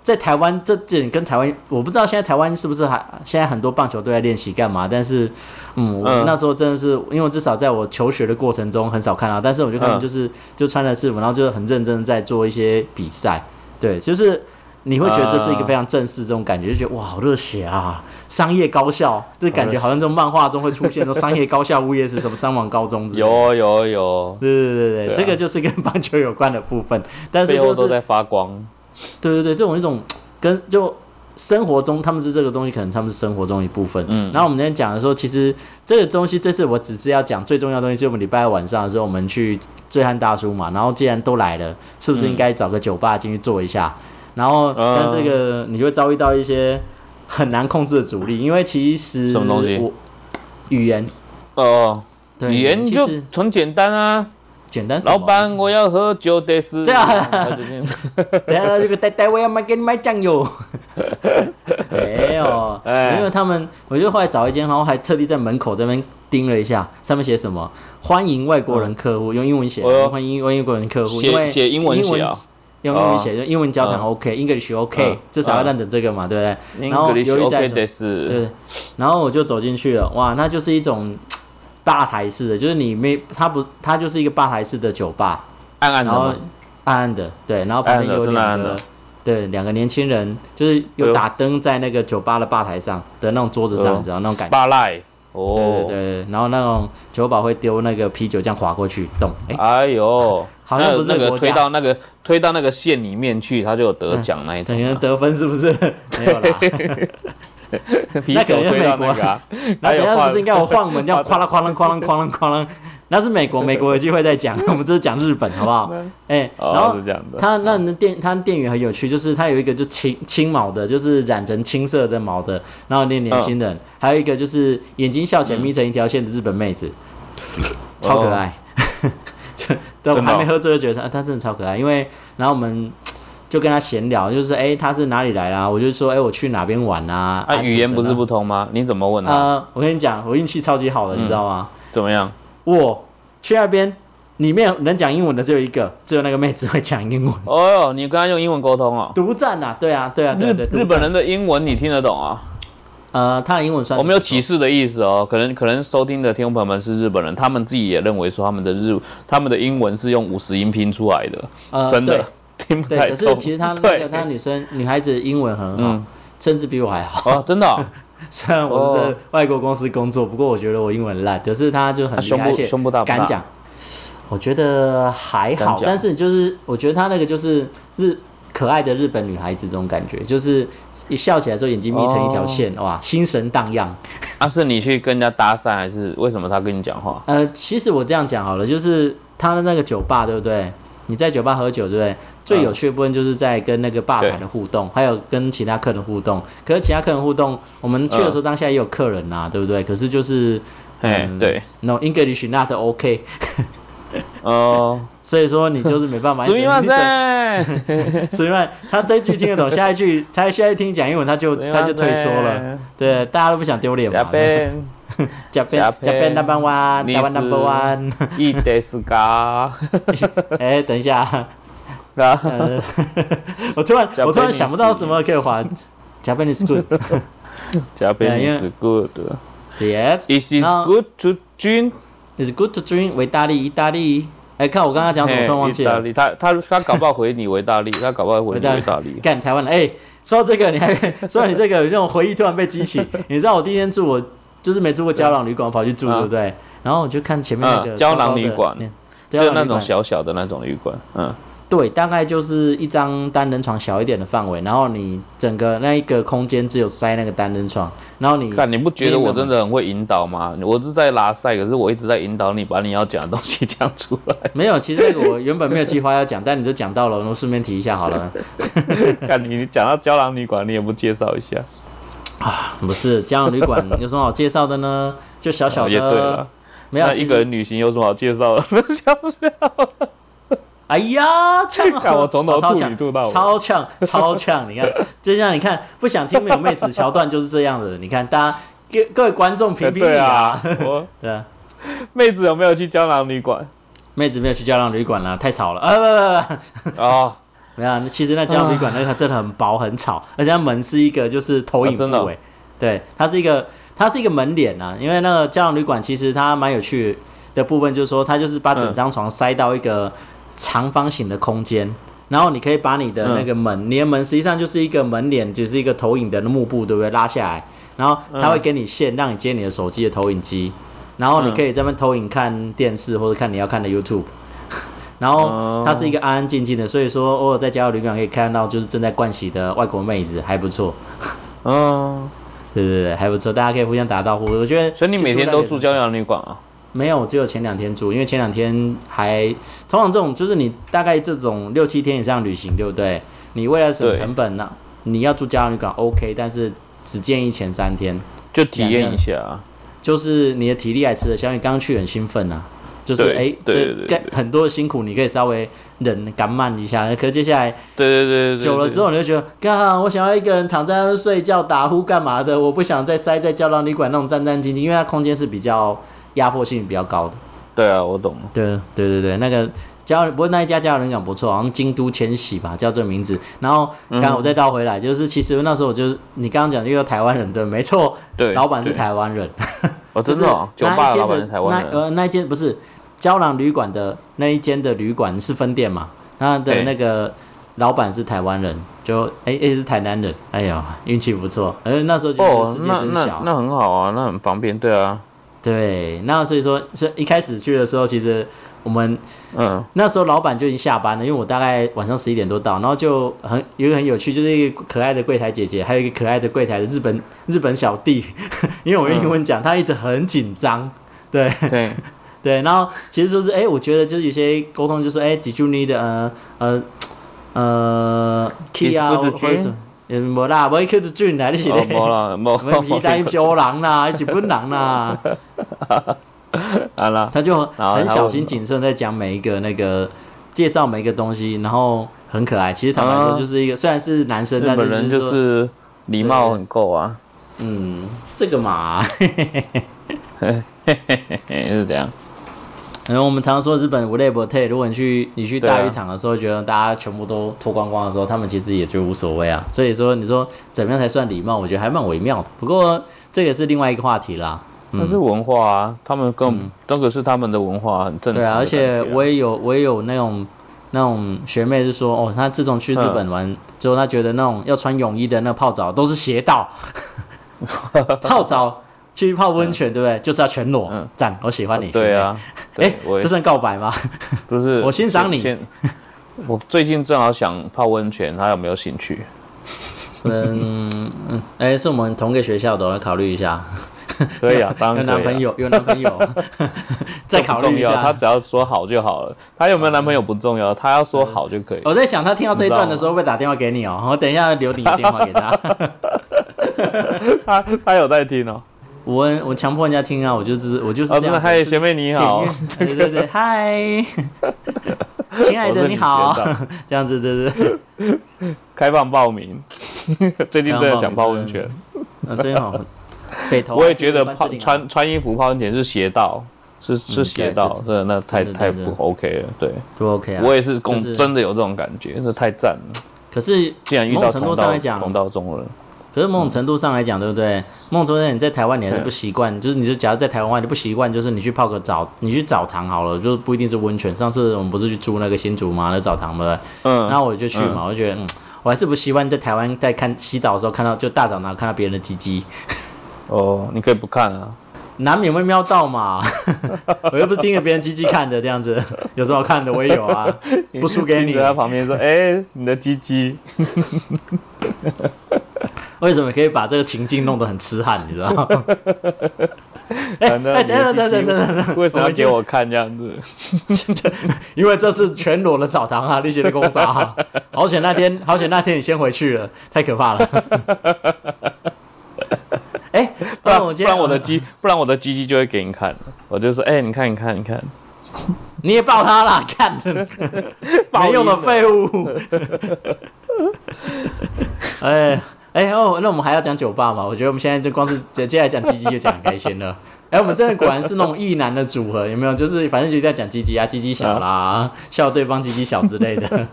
Speaker 1: 在台湾这点跟台湾，我不知道现在台湾是不是还现在很多棒球队在练习干嘛，但是嗯，我
Speaker 2: 嗯
Speaker 1: 那时候真的是因为至少在我求学的过程中很少看到，但是我就看他们
Speaker 2: 嗯
Speaker 1: 就是、就穿着制服，然后就很认真的在做一些比赛，对，就是。你会觉得这是一
Speaker 2: 嗯
Speaker 1: 个非常正式这种感觉，就觉得哇，好热血啊！商业高校，就是感觉好像这种漫画中会出现的商业高校物业是什么三网高中之类的。
Speaker 2: 有有有，
Speaker 1: 对对对
Speaker 2: 对
Speaker 1: 对，
Speaker 2: 啊
Speaker 1: 这个就是跟棒球有关的部分。但是
Speaker 2: 背
Speaker 1: 就
Speaker 2: 后都
Speaker 1: 是
Speaker 2: 在发光。
Speaker 1: 对对对，这种一种跟就生活中他们是这个东西，可能他们是生活中一部分。
Speaker 2: 嗯
Speaker 1: 然后我们今天讲的时候，其实这个东西，这次我只是要讲最重要的东西，就是我们礼拜二晚上的时候，我们去醉汉大叔嘛。
Speaker 2: 嗯
Speaker 1: 然后既然都来了，是不是应该找个酒吧进去坐一下？然后，
Speaker 2: 嗯
Speaker 1: 但这个你就会遭遇到一些很难控制的阻力，因为其实
Speaker 2: 什么东西
Speaker 1: 我语言，
Speaker 2: 哦，
Speaker 1: 对
Speaker 2: 语言
Speaker 1: 其
Speaker 2: 就
Speaker 1: 实
Speaker 2: 很简单啊。
Speaker 1: 简单什么。啊
Speaker 2: 老板，我要喝酒的 是。
Speaker 1: 这样
Speaker 2: 那就这样
Speaker 1: 等一 下这个呆呆，我要买给你买酱油。没有，
Speaker 2: 哎
Speaker 1: 因为他们，我就后来找一间，然后还特地在门口这边盯了一下，上面写什么“欢迎外国人客户”，用英文写，
Speaker 2: 哎呦
Speaker 1: 欢迎欢迎外国人客户，因为
Speaker 2: 写写英文写啊。
Speaker 1: 用英文写，就英文交谈
Speaker 2: 嗯
Speaker 1: OK，English OK，
Speaker 2: 嗯
Speaker 1: 至少要认得这个嘛，对不对？然后
Speaker 2: English
Speaker 1: 有一家
Speaker 2: OK
Speaker 1: 什么
Speaker 2: 的是。
Speaker 1: 对，然后我就走进去了，哇，那就是一种吧台式的，就是你没，它不，它就是一个吧台式的酒吧，
Speaker 2: 暗暗的
Speaker 1: 然后
Speaker 2: 嘛。
Speaker 1: 暗暗的，对，然后旁边
Speaker 2: 暗暗的
Speaker 1: 有
Speaker 2: 真的
Speaker 1: 两
Speaker 2: 暗
Speaker 1: 个
Speaker 2: 的，
Speaker 1: 对，两个年轻人，就是
Speaker 2: 哎
Speaker 1: 有
Speaker 2: 呦
Speaker 1: 打灯在那个酒吧的吧台上的那种桌子上，你知道那种感觉。
Speaker 2: 巴赖。
Speaker 1: 对对
Speaker 2: 哦。
Speaker 1: 对，对然后那种酒保会丢那个啤酒这样划过去，咚，哎、
Speaker 2: 哎呦，
Speaker 1: 好像不是
Speaker 2: 那
Speaker 1: 这个
Speaker 2: 个
Speaker 1: 国家
Speaker 2: 推到那个推到那个县里面去，他就有得奖那一种
Speaker 1: 等于
Speaker 2: 啊。
Speaker 1: 得分是不是？ 没有 啦，
Speaker 2: 啤酒推到那个啊，
Speaker 1: 那
Speaker 2: 还
Speaker 1: 等一
Speaker 2: 有
Speaker 1: 下
Speaker 2: 画
Speaker 1: 不是应该我 晃
Speaker 2: 哎
Speaker 1: 门这样哐啷哐啷哐啷哐啷哐啷？那是美国，美国有机会再讲，我们这是讲日本好不 好？哎、 然后
Speaker 2: 哦是这样的。
Speaker 1: 它那你的店，它店员很有趣，就是它有一个就青青毛的，就是染成青色的毛的，然后那年轻
Speaker 2: 嗯
Speaker 1: 人，还有一个就是眼睛笑起来眯成一条线的日本妹子，超可爱。 就但我
Speaker 2: 哦真的
Speaker 1: 还
Speaker 2: 哦
Speaker 1: 没喝醉就觉得他、啊、他真的超可爱，因为然后我们就跟他闲聊，就是哎、他是哪里来啦、我就说哎、我去哪边玩啊，
Speaker 2: 啊，语言不啊是
Speaker 1: 怎么
Speaker 2: 不通吗？你怎么问他？
Speaker 1: 呃，我跟你讲，我运气超级好的，你知
Speaker 2: 嗯
Speaker 1: 道吗？
Speaker 2: 怎么样？
Speaker 1: 我去那边里面能讲英文的只有一个，只有那个妹子会讲英文。
Speaker 2: 哦哟，你跟他用英文沟通哦。
Speaker 1: 独占啊，对啊，对啊，对
Speaker 2: 日
Speaker 1: 啊对啊，独
Speaker 2: 日
Speaker 1: 占
Speaker 2: 本人的英文你听得懂啊？
Speaker 1: 呃，他的英文算
Speaker 2: 我
Speaker 1: 是
Speaker 2: 没有
Speaker 1: 不错
Speaker 2: 歧视的意思哦，可能可能收听的听众朋友们是日本人，他们自己也认为说他们的日他们的英文是用五十音拼出来的，
Speaker 1: 呃，
Speaker 2: 真
Speaker 1: 对
Speaker 2: 的听不
Speaker 1: 对，
Speaker 2: 太
Speaker 1: 可
Speaker 2: 懂。
Speaker 1: 是其实她那
Speaker 2: 对
Speaker 1: 个她女生女孩子英文很好，
Speaker 2: 嗯
Speaker 1: 甚至比我还好。
Speaker 2: 哦，真的哦，
Speaker 1: 虽然我是在
Speaker 2: 哦
Speaker 1: 外国公司工作，不过我觉得我英文烂，可是她就很厉
Speaker 2: 啊
Speaker 1: 害，
Speaker 2: 胸
Speaker 1: 而
Speaker 2: 部
Speaker 1: 且
Speaker 2: 胸部大不
Speaker 1: 敢
Speaker 2: 大？
Speaker 1: 讲。 我觉得还
Speaker 2: 敢
Speaker 1: 好，
Speaker 2: 讲
Speaker 1: 但是就是我觉得她那个就是日可爱的日本女孩子这种感觉，就是一笑起来之后眼睛眯成一条线，
Speaker 2: 哦
Speaker 1: 哇，心神荡漾。
Speaker 2: 啊，是你去跟人家搭讪，还是为什么他跟你讲话？
Speaker 1: 呃，其实我这样讲好了，就是他的那个酒吧，对不对？你在酒吧喝酒，对不对？最有趣的部分就是在跟那个吧
Speaker 2: 嗯
Speaker 1: 台的互动，还有跟其他客人互动。可是其他客人互动，我们去的时候当下也有客人呐、对不对？可是就是
Speaker 2: 嘿，
Speaker 1: 嗯
Speaker 2: 对，
Speaker 1: ，no English not OK，
Speaker 2: 哦，
Speaker 1: 所以说你就是没办法。
Speaker 2: すみません，
Speaker 1: 所以啊他这一句听得懂，下一句他下一听讲英文他 就 他就退缩
Speaker 2: 啊
Speaker 1: 了。对，大家都不想丢脸
Speaker 2: 加
Speaker 1: 嘛。
Speaker 2: 倍，
Speaker 1: 加
Speaker 2: 加
Speaker 1: 班加
Speaker 2: 倍
Speaker 1: 班 number one，
Speaker 2: 你
Speaker 1: 台湾
Speaker 2: 是
Speaker 1: number one。
Speaker 2: 一得斯嘎，
Speaker 1: 哎，等一下。
Speaker 2: 啊，
Speaker 1: 呃， 我突然
Speaker 2: Japanese
Speaker 1: 我突然想不到什么可以滑 Japanese good
Speaker 2: 加
Speaker 1: 对
Speaker 2: 倍
Speaker 1: 因为
Speaker 2: is good。
Speaker 1: yes
Speaker 2: It is
Speaker 1: 那
Speaker 2: good to drink
Speaker 1: is good to drink 维大利意大利。哎，看我刚刚讲什么，
Speaker 2: 嘿
Speaker 1: 突然忘记
Speaker 2: 意大
Speaker 1: 了。
Speaker 2: 利，他他他搞不好回你维 大利，他搞不好回你维大利。
Speaker 1: 干台湾了，哎，说到这个，你还 说到你这个有那种回忆突然被激起。你知道我第一天住我就是没住过胶囊旅馆，我跑去住，
Speaker 2: 嗯
Speaker 1: 对不对？然后我就看前面那个
Speaker 2: 嗯胶囊
Speaker 1: 高高的
Speaker 2: 旅馆，
Speaker 1: 胶
Speaker 2: 就
Speaker 1: 囊
Speaker 2: 那
Speaker 1: 旅
Speaker 2: 种
Speaker 1: 馆
Speaker 2: 小小的那种旅馆，嗯，
Speaker 1: 对，大概就是一张单人床小一点的范围，然后你整个那一个空间只有塞那个单人床，然后你
Speaker 2: 看你不觉得
Speaker 1: 没有
Speaker 2: 我真的很会引导吗？我是在拉塞，可是我一直在引导你把你要讲的东西讲出 来。
Speaker 1: 没有，其实这个我原本没有计划要讲，但你就讲到了，我顺便提一下好 了。
Speaker 2: 看你你讲到胶囊旅馆，你也不介绍一下，
Speaker 1: 不是，家长旅馆有什么好介绍的呢？就小小
Speaker 2: 哦也对
Speaker 1: 的
Speaker 2: 了，。
Speaker 1: 没有
Speaker 2: 那
Speaker 1: 其
Speaker 2: 一
Speaker 1: 实
Speaker 2: 个人旅行有什么好介 绍的？
Speaker 1: 哎呀，呛
Speaker 2: 看
Speaker 1: 好，
Speaker 2: 我从头
Speaker 1: 哦超
Speaker 2: 吐
Speaker 1: 呛
Speaker 2: 你吐到啊我，
Speaker 1: 超呛，超呛！你看，就像你看，不想听没有妹子桥段就是这样的。你看，大家各各位观众评
Speaker 2: 哎
Speaker 1: 评理
Speaker 2: 对啊，， 我
Speaker 1: 对啊，
Speaker 2: 妹子有没有去胶囊 旅馆？
Speaker 1: 妹子没有去胶囊旅馆啦，太吵了。呃，不不不不，
Speaker 2: 哦，
Speaker 1: 没有啊，其实那胶囊旅馆那个真的很薄很吵，而且它门是一个就是投影
Speaker 2: 啊
Speaker 1: 部
Speaker 2: 真的哦
Speaker 1: 位，对，它是一个它是一个门脸啊，因为那个胶囊旅馆其实它蛮有趣的部分，就是说它就是把
Speaker 2: 嗯
Speaker 1: 整张床塞到一个长方形的空间。然后你可以把你的那个门，
Speaker 2: 嗯
Speaker 1: 你的门实际上就是一个门脸，只、是一个投影的幕布，对不对？拉下来，然后它会给你线，让你接你的手机的投影机，然后你
Speaker 2: 嗯
Speaker 1: 可以在那边投影看电视或者看你要看的 YouTube。然
Speaker 2: 哦
Speaker 1: 后它是一个安安静静的，所以说偶尔在家的旅馆可以看到就是正在盥洗的外国妹子，还不错，
Speaker 2: 嗯，
Speaker 1: 对对对，还不错，大家可以互相打招呼。我觉得，
Speaker 2: 所以你每天都住胶囊旅馆啊？
Speaker 1: 没有，我只有前两天住，因为前两天还通常这种就是你大概这种六七天以上的旅行，对不对？你为了省
Speaker 2: 对
Speaker 1: 成本呢、你要住家旅馆 OK，但是只建议前三天，
Speaker 2: 就体验一下啊。
Speaker 1: 就是你的体力还吃得消，你刚去很兴奋啊，就是
Speaker 2: 对
Speaker 1: 哎，这
Speaker 2: 对对对
Speaker 1: 该很多的辛苦你可以稍微忍赶慢一下，可是接下来
Speaker 2: 对对对对对，
Speaker 1: 久了之后，你就觉得，干，我想要一个人躺在那边睡觉、打呼干嘛的，我不想再塞在胶囊旅馆那种战战兢兢，因为它空间是比较压迫性比较高的。
Speaker 2: 对啊，我懂了。
Speaker 1: 对对对对，那个胶，不过那一家胶囊旅馆不错，好像京都千禧吧，叫这个名字。然后刚刚我再倒回来，就是其实那时候我就是你刚刚讲遇到台湾人，对，没错，
Speaker 2: 对，
Speaker 1: 老板是
Speaker 2: 对
Speaker 1: 台湾人，
Speaker 2: 哦，
Speaker 1: 就
Speaker 2: 真
Speaker 1: 是
Speaker 2: 的哦，酒吧
Speaker 1: 那一
Speaker 2: 的老
Speaker 1: 间
Speaker 2: 板
Speaker 1: 的
Speaker 2: 是台湾
Speaker 1: 那
Speaker 2: 人，
Speaker 1: 呃那一间不是胶囊旅馆的那一间的旅馆是分店嘛？他的
Speaker 2: 对
Speaker 1: 那个老板是台湾人，就哎也、是台南人，哎呦运气不错。而那时候觉得
Speaker 2: 哦
Speaker 1: 世，界
Speaker 2: 那
Speaker 1: 真
Speaker 2: 那
Speaker 1: 小，
Speaker 2: 那很好啊，那很方便，对啊，
Speaker 1: 对，那所以说是一开始去的时候，其实我们
Speaker 2: 嗯，
Speaker 1: 那时候老板就已经下班了，因为我大概晚上十一点多到，然后就很有一个很有趣，就是一个可爱的柜台姐姐，还有一个可爱的柜台的日本日本小弟， 因为我用英文讲，他一直很紧张，对。
Speaker 2: 对，
Speaker 1: 对，然后其实就是，哎、我觉得就是有些沟通就是，哎、d i d you need 呃呃呃 key 啊，或
Speaker 2: It's good to
Speaker 1: 者什么，呃，无啦，无 Q 就转啊来，你是
Speaker 2: 哦，
Speaker 1: 咧，
Speaker 2: 没了，没
Speaker 1: 啊我们是意大利
Speaker 2: 没，
Speaker 1: 小人啦，日本人啦，
Speaker 2: 啊 啦，
Speaker 1: 啊他就
Speaker 2: 然后
Speaker 1: 很
Speaker 2: 他
Speaker 1: 小
Speaker 2: 问
Speaker 1: 心
Speaker 2: 什么
Speaker 1: 谨慎在讲每一个那个介绍每一个东西，然后很可爱。其实坦白说，
Speaker 2: 啊
Speaker 1: 就是一个、虽然是男生，
Speaker 2: 日
Speaker 1: 但
Speaker 2: 本
Speaker 1: 是
Speaker 2: 人
Speaker 1: 就
Speaker 2: 就是
Speaker 1: 说
Speaker 2: 是礼貌很够啊，
Speaker 1: 嗯，这个嘛，
Speaker 2: 嘿是这样。
Speaker 1: 然后我们常说日本无泪不退。如果你去你去
Speaker 2: 对啊
Speaker 1: 大浴场的时候，觉得大家全部都脱光光的时候，他们其实也就无所谓啊。所以说，你说怎么样才算礼貌？我觉得还蛮微妙的。不过这个是另外一个话题啦。
Speaker 2: 那是文化啊，他们跟、那个是他们的文化，很正
Speaker 1: 嗯
Speaker 2: 常
Speaker 1: 对
Speaker 2: 的感
Speaker 1: 啊，
Speaker 2: 觉啊。
Speaker 1: 而且我也有我也有那种那种学妹是说，哦，她自从去日本
Speaker 2: 嗯
Speaker 1: 玩之后，她觉得那种要穿泳衣的那个泡澡都是邪 道，泡澡去泡温泉，对不对？就是要全裸
Speaker 2: 嗯，
Speaker 1: 赞，我喜欢你。
Speaker 2: 对啊，
Speaker 1: 学妹，
Speaker 2: 对
Speaker 1: 哎，
Speaker 2: 我也
Speaker 1: 这算告白吗？
Speaker 2: 不是
Speaker 1: 我欣赏你
Speaker 2: 先我最近正好想泡温泉，他有没有兴趣？
Speaker 1: 嗯嗯，哎，是我们同个学校的，我要考虑一下。
Speaker 2: 可 以啊，当
Speaker 1: 有
Speaker 2: 然可以、啊。
Speaker 1: 男朋友，有男朋 友，再
Speaker 2: 这
Speaker 1: 考
Speaker 2: 不
Speaker 1: 虑
Speaker 2: 重
Speaker 1: 一
Speaker 2: 要，他
Speaker 1: 下。
Speaker 2: 只要说好就好了。他有没有男朋友不重要，他要说
Speaker 1: 嗯
Speaker 2: 好就可以。
Speaker 1: 我在想，他听到这一段的时候，会不会打电话给你哦。我等一下留你的电话给他。
Speaker 2: 他他有在听哦。
Speaker 1: 我我强迫人家听啊，我就是我就是
Speaker 2: 哦，
Speaker 1: 这
Speaker 2: 真
Speaker 1: 样
Speaker 2: 的，
Speaker 1: 子。
Speaker 2: 嗨，学妹你好，
Speaker 1: 对对对， 嗨，亲爱
Speaker 2: 我
Speaker 1: 的
Speaker 2: 是
Speaker 1: 你
Speaker 2: 李
Speaker 1: 好
Speaker 2: 学长，
Speaker 1: 这样子对对对，
Speaker 2: 开放报名。 最近真的想泡温泉，
Speaker 1: 啊，真好。北投啊，
Speaker 2: 我也觉得
Speaker 1: 是一个
Speaker 2: 泡
Speaker 1: 关之琳啊
Speaker 2: 穿穿衣服泡温泉是邪道，是是
Speaker 1: 嗯
Speaker 2: 邪
Speaker 1: 对
Speaker 2: 道，
Speaker 1: 这
Speaker 2: 真的那太
Speaker 1: 真的
Speaker 2: 太
Speaker 1: 真
Speaker 2: 不
Speaker 1: 的
Speaker 2: OK 了。对，
Speaker 1: 不 OK 啊。
Speaker 2: 我也是共
Speaker 1: 就是
Speaker 2: 真的有这种感觉，这太赞了。
Speaker 1: 可是
Speaker 2: 竟然遇
Speaker 1: 某
Speaker 2: 到
Speaker 1: 种程度
Speaker 2: 同
Speaker 1: 上
Speaker 2: 道
Speaker 1: 来讲，
Speaker 2: 同道中人，
Speaker 1: 可是某种程度上来讲，对不对？某种程度上你在台湾你还是不习惯，就是你就假如在台湾你不习惯，就是你去泡个澡，你去澡堂好了，就是不一定是温泉。上次我们不是去住那个新竹嘛，那澡堂嘛，
Speaker 2: 嗯，
Speaker 1: 然后我就去嘛，我就觉得嗯。我还是不习惯在台湾在看洗澡的时候看到就大澡堂看到别人的鸡鸡，
Speaker 2: 哦，你可以不看啊，
Speaker 1: 难免会瞄到嘛， 我又不是盯着别人鸡鸡看的这样子，有什么好看的我也有啊，不输给
Speaker 2: 盯
Speaker 1: 你
Speaker 2: 着。他旁边说，哎，你的 鸡鸡，
Speaker 1: 为什么可以把这个情境弄得很痴汉，你知道吗？哎
Speaker 2: 反正
Speaker 1: 哎
Speaker 2: 你的
Speaker 1: 等等
Speaker 2: 鸡
Speaker 1: 等等等
Speaker 2: 鸡为什
Speaker 1: 我
Speaker 2: 么要
Speaker 1: 已经
Speaker 2: 给我看这样子？
Speaker 1: 因为这是全裸的澡堂啊，力学的工厂、 啊。好险那天，好险那天你先回去了，太可怕 了。哎、不
Speaker 2: 不然
Speaker 1: 然我
Speaker 2: 不
Speaker 1: 今天
Speaker 2: 然我的鸡，不然我的鸡鸡就会给你看，我就说，哎，你看，你看，你看，
Speaker 1: 你也抱他 啦，看没用的废物。哎哎哦，那我们还要讲酒吧嘛？我觉得我们现在就光是接接下来讲鸡鸡就讲得开心了。哎、我们真的果然是那种异男的组合，有没有？就是反正就在讲鸡鸡啊，鸡鸡小啦，笑对方鸡鸡小之类的，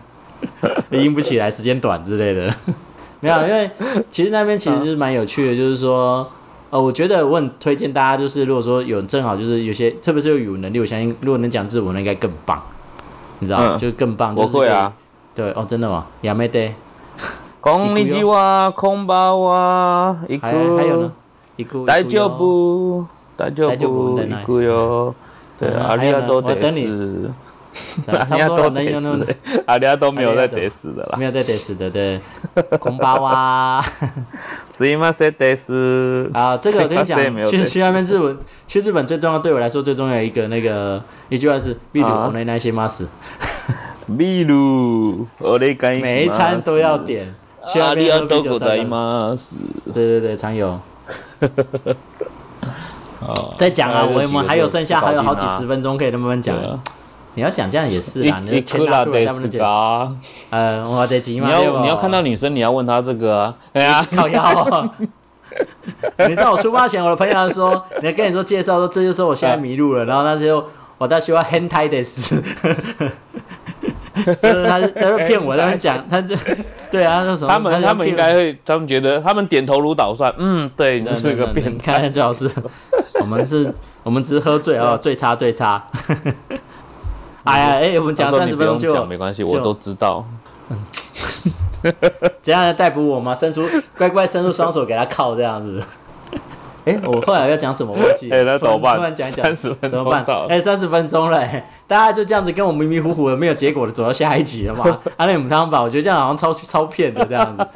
Speaker 1: 硬不起来，时间短之类的。 没有，啊因为其实那边其实就是蛮有趣的，就是说，呃，我觉得我很推荐大家，就是如果说有正好就是有些，特别是有语文能力，我相信如果能讲日文，那应该更棒，你知道吗？
Speaker 2: 嗯
Speaker 1: 就是更棒，就
Speaker 2: 我
Speaker 1: 是
Speaker 2: 会啊。
Speaker 1: 可以。对哦，真的吗？亚美得，
Speaker 2: こんにちは、こんばんは、行
Speaker 1: 还还有
Speaker 2: く
Speaker 1: 呢，一个
Speaker 2: 大丈， 夫，大丈
Speaker 1: 大丈夫
Speaker 2: 夫、
Speaker 1: 在哪里
Speaker 2: 行くよ。对，
Speaker 1: 嗯
Speaker 2: 阿里亚
Speaker 1: 还有呢我
Speaker 2: 多得
Speaker 1: 等你
Speaker 2: 斯，
Speaker 1: 一个
Speaker 2: 阿
Speaker 1: 差不
Speaker 2: 里亚
Speaker 1: 多
Speaker 2: 多
Speaker 1: 了，能
Speaker 2: 得
Speaker 1: 用
Speaker 2: 斯，阿里亚都没有
Speaker 1: あり
Speaker 2: 在
Speaker 1: がとう
Speaker 2: 得斯的啦。
Speaker 1: 没有在得死的，对，空巴 哇。
Speaker 2: すいませんです。
Speaker 1: 啊，这个我跟你
Speaker 2: すいません没有
Speaker 1: 讲，去
Speaker 2: です
Speaker 1: 去那边日文，去日本最重要，对我来说最重要的一个那个一句话是“秘鲁
Speaker 2: 啊
Speaker 1: 我那那些 mas”，
Speaker 2: ビール、お願いします。
Speaker 1: 每一餐都要。点。去
Speaker 2: あ
Speaker 1: 那
Speaker 2: り
Speaker 1: 边
Speaker 2: が
Speaker 1: 喝
Speaker 2: と
Speaker 1: 啤
Speaker 2: う
Speaker 1: 酒
Speaker 2: ご
Speaker 1: 才
Speaker 2: ざい
Speaker 1: 能
Speaker 2: ます。
Speaker 1: 对对对，常有。
Speaker 2: 啊
Speaker 1: 再讲啊，
Speaker 2: 那就
Speaker 1: 我
Speaker 2: 几个
Speaker 1: 们还有剩下
Speaker 2: 就搞
Speaker 1: 还有
Speaker 2: 定
Speaker 1: 好
Speaker 2: 了啊
Speaker 1: 几十分钟可以慢慢讲
Speaker 2: 对。啊
Speaker 1: 你要讲这样也是啦，你
Speaker 2: い
Speaker 1: 的
Speaker 2: い
Speaker 1: 钱
Speaker 2: く
Speaker 1: 拿
Speaker 2: ら
Speaker 1: 出来，
Speaker 2: で
Speaker 1: 他们的
Speaker 2: す
Speaker 1: 钱。
Speaker 2: か？
Speaker 1: 呃，我在急嘛，
Speaker 2: 你
Speaker 1: 对吧
Speaker 2: 要你要看到女生，你要问她这个啊。哎呀，
Speaker 1: 靠腰 哦。你知道我出发前，我的朋友说，你跟你说介绍说，这就是我现在迷路了，然后他就我在学 hentai des，就是他他就骗我，他们讲，他就对啊，他说什么？
Speaker 2: 他们
Speaker 1: 就
Speaker 2: 他们应
Speaker 1: 骗我
Speaker 2: 该会，他们觉得他们点头如捣蒜。嗯，对， 你
Speaker 1: 对
Speaker 2: 是个
Speaker 1: 对对
Speaker 2: 变态。
Speaker 1: 看最好 是，我们是，我们只是喝醉哦，最差最 差。哎呀，哎，我们
Speaker 2: 他
Speaker 1: 讲
Speaker 2: 说
Speaker 1: 三
Speaker 2: 你
Speaker 1: 十
Speaker 2: 不
Speaker 1: 分
Speaker 2: 用
Speaker 1: 钟就
Speaker 2: 讲，没关系，我
Speaker 1: 就
Speaker 2: 都知道。
Speaker 1: 怎样来逮捕我吗？伸出 乖乖伸出双手给他铐这样 子。哎、我后来要讲什么忘记了？
Speaker 2: 哎那怎么办
Speaker 1: 突然突然讲一讲，
Speaker 2: 30分钟
Speaker 1: 怎么 办
Speaker 2: 到？了
Speaker 1: 哎、三十分钟了、哎大家就这样子跟我迷迷糊糊的，没有结果的走到下一集了嘛？啊阿内姆汤吧，我觉得这样好像超超骗的这样子，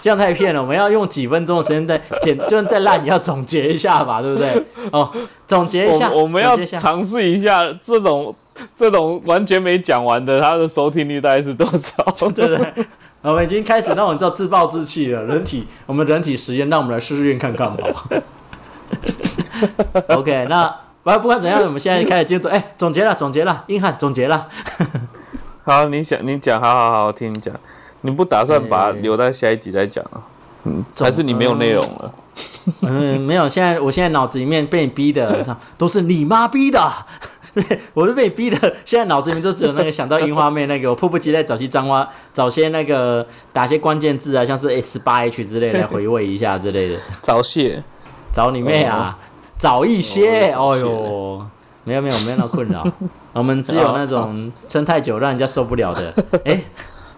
Speaker 1: 这样太骗了。我们要用几分钟的时间再简，就算再烂也要总结一下吧，对不对？哦，总结一下，
Speaker 2: 我我们要
Speaker 1: 总结一下
Speaker 2: 尝试一下这种这种完全没讲完的，它的收听率大概是多少？
Speaker 1: 对不对？我们已经开始让我们知道自暴自弃了。人体，我们人体实验，让我们来试试验看看吧。OK，那完不管怎样，我们现在开始进入哎、总结了，总结了，硬汉总结了。
Speaker 2: 好，你想你讲，好好好，我听你讲。你不打算把它
Speaker 1: 嗯
Speaker 2: 留在下一集再讲啊？嗯，
Speaker 1: 总
Speaker 2: 还是你没有内容了？
Speaker 1: 嗯，没有，现在我现在脑子里面被你逼的，都是你妈逼的。 我都被你逼的，现在脑子里面就只有那个想到樱花妹那个，我迫不及待找些脏话，找些那个打些关键字啊，像是 S 八 H 之类的来回味一下之类的。
Speaker 2: 早泄，
Speaker 1: 找你妹啊，找一些，
Speaker 2: 哦
Speaker 1: 哦
Speaker 2: 找一些
Speaker 1: 呦，没有没有没有那困扰，我们只有那种撑太久让人家受不了的。哎、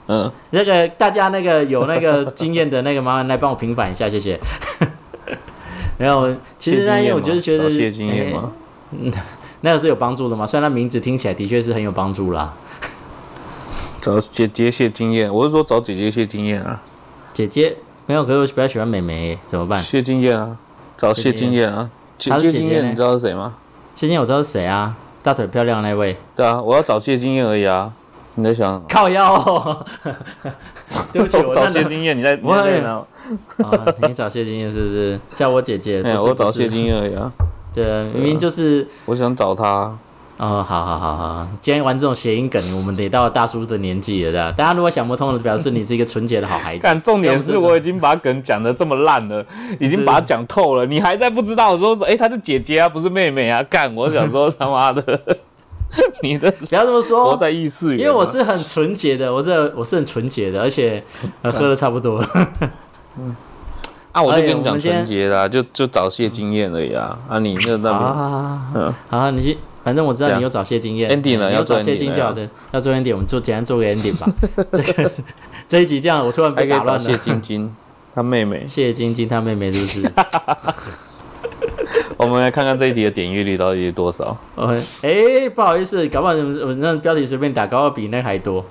Speaker 2: 嗯，
Speaker 1: 那个大家那个有那个经验的那个，麻烦来帮我平反一下，谢 谢。没有，其实那因为
Speaker 2: 谢金燕
Speaker 1: 我
Speaker 2: 吗
Speaker 1: 就是觉得
Speaker 2: 早泄经验
Speaker 1: 哎
Speaker 2: 吗？
Speaker 1: 那个是有帮助的嘛，虽然它名字听起来的确是很有帮助啦。
Speaker 2: 找姐姐泄经验，我是说找姐姐泄经验啊，
Speaker 1: 姐姐没有，可是我比较喜欢美眉，怎么办？
Speaker 2: 泄经验啊，找泄经验啊，姐
Speaker 1: 她是
Speaker 2: 姐
Speaker 1: 姐姐
Speaker 2: 经
Speaker 1: 呢
Speaker 2: 验你知道是谁吗？
Speaker 1: 仙仙我知道是谁啊，大腿漂亮那位，
Speaker 2: 对啊，我要找谢经验而已啊。你在想？
Speaker 1: 靠腰、哦， 对不起，我
Speaker 2: 找
Speaker 1: 那
Speaker 2: 谢经验，你在你
Speaker 1: 我
Speaker 2: 在哪？
Speaker 1: 啊，你找谢金燕是不是？叫我姐姐，不
Speaker 2: 哎，
Speaker 1: 是
Speaker 2: 我找谢。
Speaker 1: 不是
Speaker 2: 经验而已啊。
Speaker 1: 对，明明就是
Speaker 2: 我想找他，啊
Speaker 1: 哦，好好好好，既然玩这种谐音梗，我们得到大叔的年纪了，这样。大家如果想不通的，表示你是一个纯洁的好孩 子。
Speaker 2: 但重点
Speaker 1: 要
Speaker 2: 是
Speaker 1: 不是
Speaker 2: 我已经把梗讲的这么烂了，已经把它讲透了，你还在不知道说是哎、她是姐姐啊，不是妹妹啊？干，我想说他妈的， 你这
Speaker 1: 不要这么
Speaker 2: 活
Speaker 1: 说，
Speaker 2: 在异世
Speaker 1: 因
Speaker 2: 界。
Speaker 1: 为我是很纯洁的，我是我是很纯洁的，而且呃喝的差不 多了。
Speaker 2: 啊，我就
Speaker 1: 哎
Speaker 2: 跟
Speaker 1: 我
Speaker 2: 你
Speaker 1: 们
Speaker 2: 讲
Speaker 1: 今天
Speaker 2: 纯洁啦，就就找谢经验而已啊。啊，你那那边
Speaker 1: 啊
Speaker 2: 嗯，
Speaker 1: 好，你去，反正我知道
Speaker 2: 这样
Speaker 1: 你有找谢金燕
Speaker 2: Ending 了
Speaker 1: 你有
Speaker 2: 要做
Speaker 1: 找谢
Speaker 2: ending
Speaker 1: 金
Speaker 2: 了
Speaker 1: 就好的，要做 ending，我们做简单做个 ending 吧。这 个这一集这样，我突然
Speaker 2: 还
Speaker 1: 被打
Speaker 2: 可以找
Speaker 1: 乱
Speaker 2: 谢
Speaker 1: 了。
Speaker 2: 晶 晶，她妹妹。
Speaker 1: 谢晶晶她妹妹是不是？
Speaker 2: 我们来看看这一题的点阅率到底是多少。
Speaker 1: 我很哎、不好意思，搞不好你们我那标题随便打，搞不好比那个还多，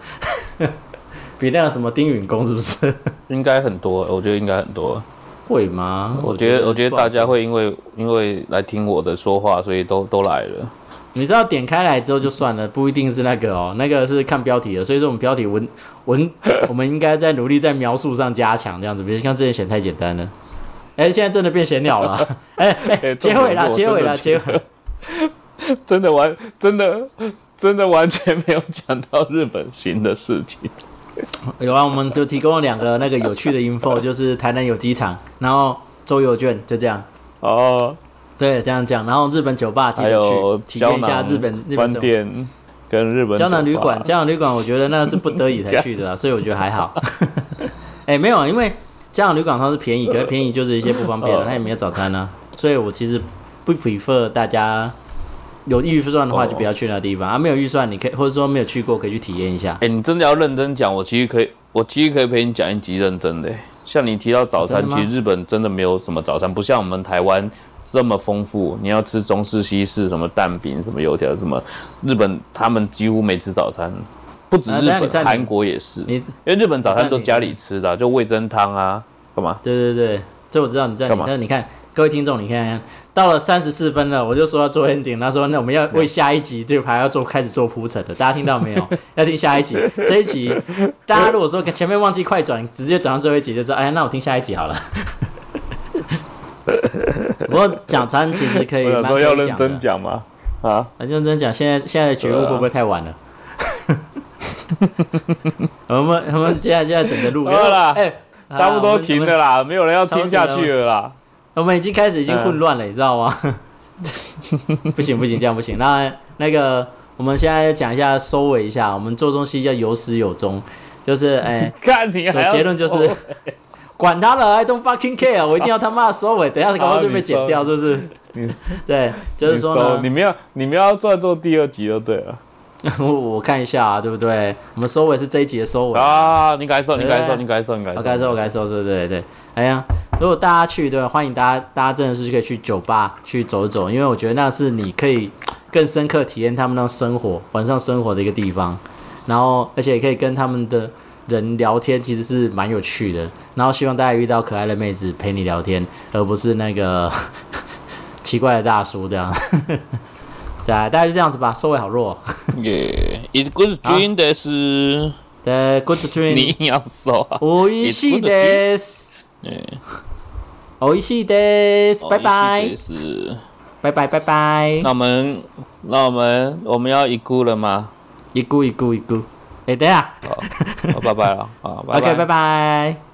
Speaker 1: 比那个什么丁允恭是不是？
Speaker 2: 应该很多，我觉得应该很多。
Speaker 1: 会吗？
Speaker 2: 我觉得，我觉得大家，
Speaker 1: 不好
Speaker 2: 会因为因为来听我的说话，所以都都来了。
Speaker 1: 说你知道点开来之后就算了，不一定是那个哦，那个是看标题的，所以说我们标题文 文，我们应该在努力在描述上加强，这样子，别像之前写太简单了。哎、现在真的变闲聊 了，哎、哎、
Speaker 2: 哎
Speaker 1: 结尾啦，
Speaker 2: 重点是
Speaker 1: 结
Speaker 2: 我
Speaker 1: 尾啦，结
Speaker 2: 真的
Speaker 1: 尾，
Speaker 2: 真的完，真的真的完全没有讲到日本行的事情。
Speaker 1: 有啊，我们就提供了两个那个有趣的 info，就是台南有机场，然后周游券，就这样。
Speaker 2: 哦，
Speaker 1: 对，这样讲。然后日本酒吧记
Speaker 2: 还
Speaker 1: 得
Speaker 2: 有
Speaker 1: 去体验
Speaker 2: 胶
Speaker 1: 一下
Speaker 2: 囊
Speaker 1: 日本日本
Speaker 2: 饭
Speaker 1: 生活
Speaker 2: 店跟日本
Speaker 1: 胶囊
Speaker 2: 酒
Speaker 1: 旅
Speaker 2: 吧
Speaker 1: 馆，胶囊旅馆，我觉得那是不得已才去的啦，啊 所以我觉得还好。 哎、没有，啊，因为胶囊旅馆它是便宜，可是便宜就是一些不方便了，
Speaker 2: 哦
Speaker 1: 它也没有早餐啊，所以我其实不 prefer 大家有预算的
Speaker 2: 哦
Speaker 1: 话就不要去那地方、啊，没有预算你可以或者说没有去过可以去体验一下。
Speaker 2: 哎、你真的要认真讲，我其实可以，我其实可以陪你讲一集认真的欸。像你提到早餐，
Speaker 1: 真的吗
Speaker 2: 其实日本真的没有什么早餐，不像我们台湾这么丰富。你要吃中式、西式，什么蛋饼、什么油条，什么日本他们几乎没吃早餐，不止
Speaker 1: 啊等
Speaker 2: 日
Speaker 1: 一下你
Speaker 2: 本，
Speaker 1: 暂停
Speaker 2: 韩、国也是。
Speaker 1: 你
Speaker 2: 因为日本早餐都
Speaker 1: 你暂
Speaker 2: 家
Speaker 1: 停
Speaker 2: 里吃的啊、就味噌汤啊，干嘛？
Speaker 1: 对对对，这我知道你在，
Speaker 2: 干嘛
Speaker 1: 但是你看各位听众，你看到了三十四分了，我就说要做 ending，他说那我们要为下一集这个牌要做开始做铺陈的，大家听到没有？ 要听下一集，这一集大家如果说前面忘记快转，直接转到最后一集就知道，哎，那我听下一集好了。 不过讲餐其实可以蛮
Speaker 2: 我想
Speaker 1: 可
Speaker 2: 说
Speaker 1: 以
Speaker 2: 要
Speaker 1: 讲
Speaker 2: 认
Speaker 1: 的
Speaker 2: 真，讲嘛，啊，
Speaker 1: 很认真讲。现在现在的觉悟会不会太晚了？
Speaker 2: 啊
Speaker 1: 我们我们接下来就在等着录，
Speaker 2: 好啦
Speaker 1: 哎，好啦
Speaker 2: 差不
Speaker 1: 我
Speaker 2: 多
Speaker 1: 们
Speaker 2: 停
Speaker 1: 我们
Speaker 2: 了啦，没有人要
Speaker 1: 差不
Speaker 2: 听
Speaker 1: 多
Speaker 2: 下
Speaker 1: 停了
Speaker 2: 去了啦。
Speaker 1: 我们已经开始已经混乱了，你知道吗？
Speaker 2: 嗯
Speaker 1: 不行不行，这样不行。那那个，我们现在讲一下，收尾一下。我们做东西要有始有终， 就是哎，
Speaker 2: 看你
Speaker 1: 总
Speaker 2: 还要哦
Speaker 1: 结论就
Speaker 2: 说
Speaker 1: 是，管他了，I don't fucking care，我一定要他妈的收尾。等一下搞不好就被剪掉，是不是？
Speaker 2: 你
Speaker 1: 对，就是说
Speaker 2: 你收
Speaker 1: 呢
Speaker 2: 你，们要你们要再做第二集就对了。
Speaker 1: 我 我看一下啊，对不对？我们收尾是这一集的收尾。
Speaker 2: 啊，你改手，
Speaker 1: 对
Speaker 2: 你改手，你改手，你改手，
Speaker 1: 我哦该说，我该说，对对对。哎呀，如果大家去，对吧，啊欢迎大家，大家真的是可以去酒吧去走一走，因为我觉得那是你可以更深刻体验他们那种生活，晚上生活的一个地方。然后，而且也可以跟他们的人聊天，其实是蛮有趣的。然后，希望大家遇到可爱的妹子陪你聊天，而不是那个奇怪的大叔这样。 对啊，大概就这样子吧，收尾好弱、哦。
Speaker 2: 耶，It's good dream 的是
Speaker 1: 对，Good
Speaker 2: 你
Speaker 1: dream，
Speaker 2: 要手 啊，
Speaker 1: おいしいです。
Speaker 2: 嗯哦
Speaker 1: おいしいです，拜拜。
Speaker 2: 是。
Speaker 1: 拜拜拜拜
Speaker 2: 那。我们那我们我们要一顾了吗？
Speaker 1: 一咕一咕一咕，哎、等一下
Speaker 2: 哦好，好拜拜了，好，
Speaker 1: ，OK，拜拜。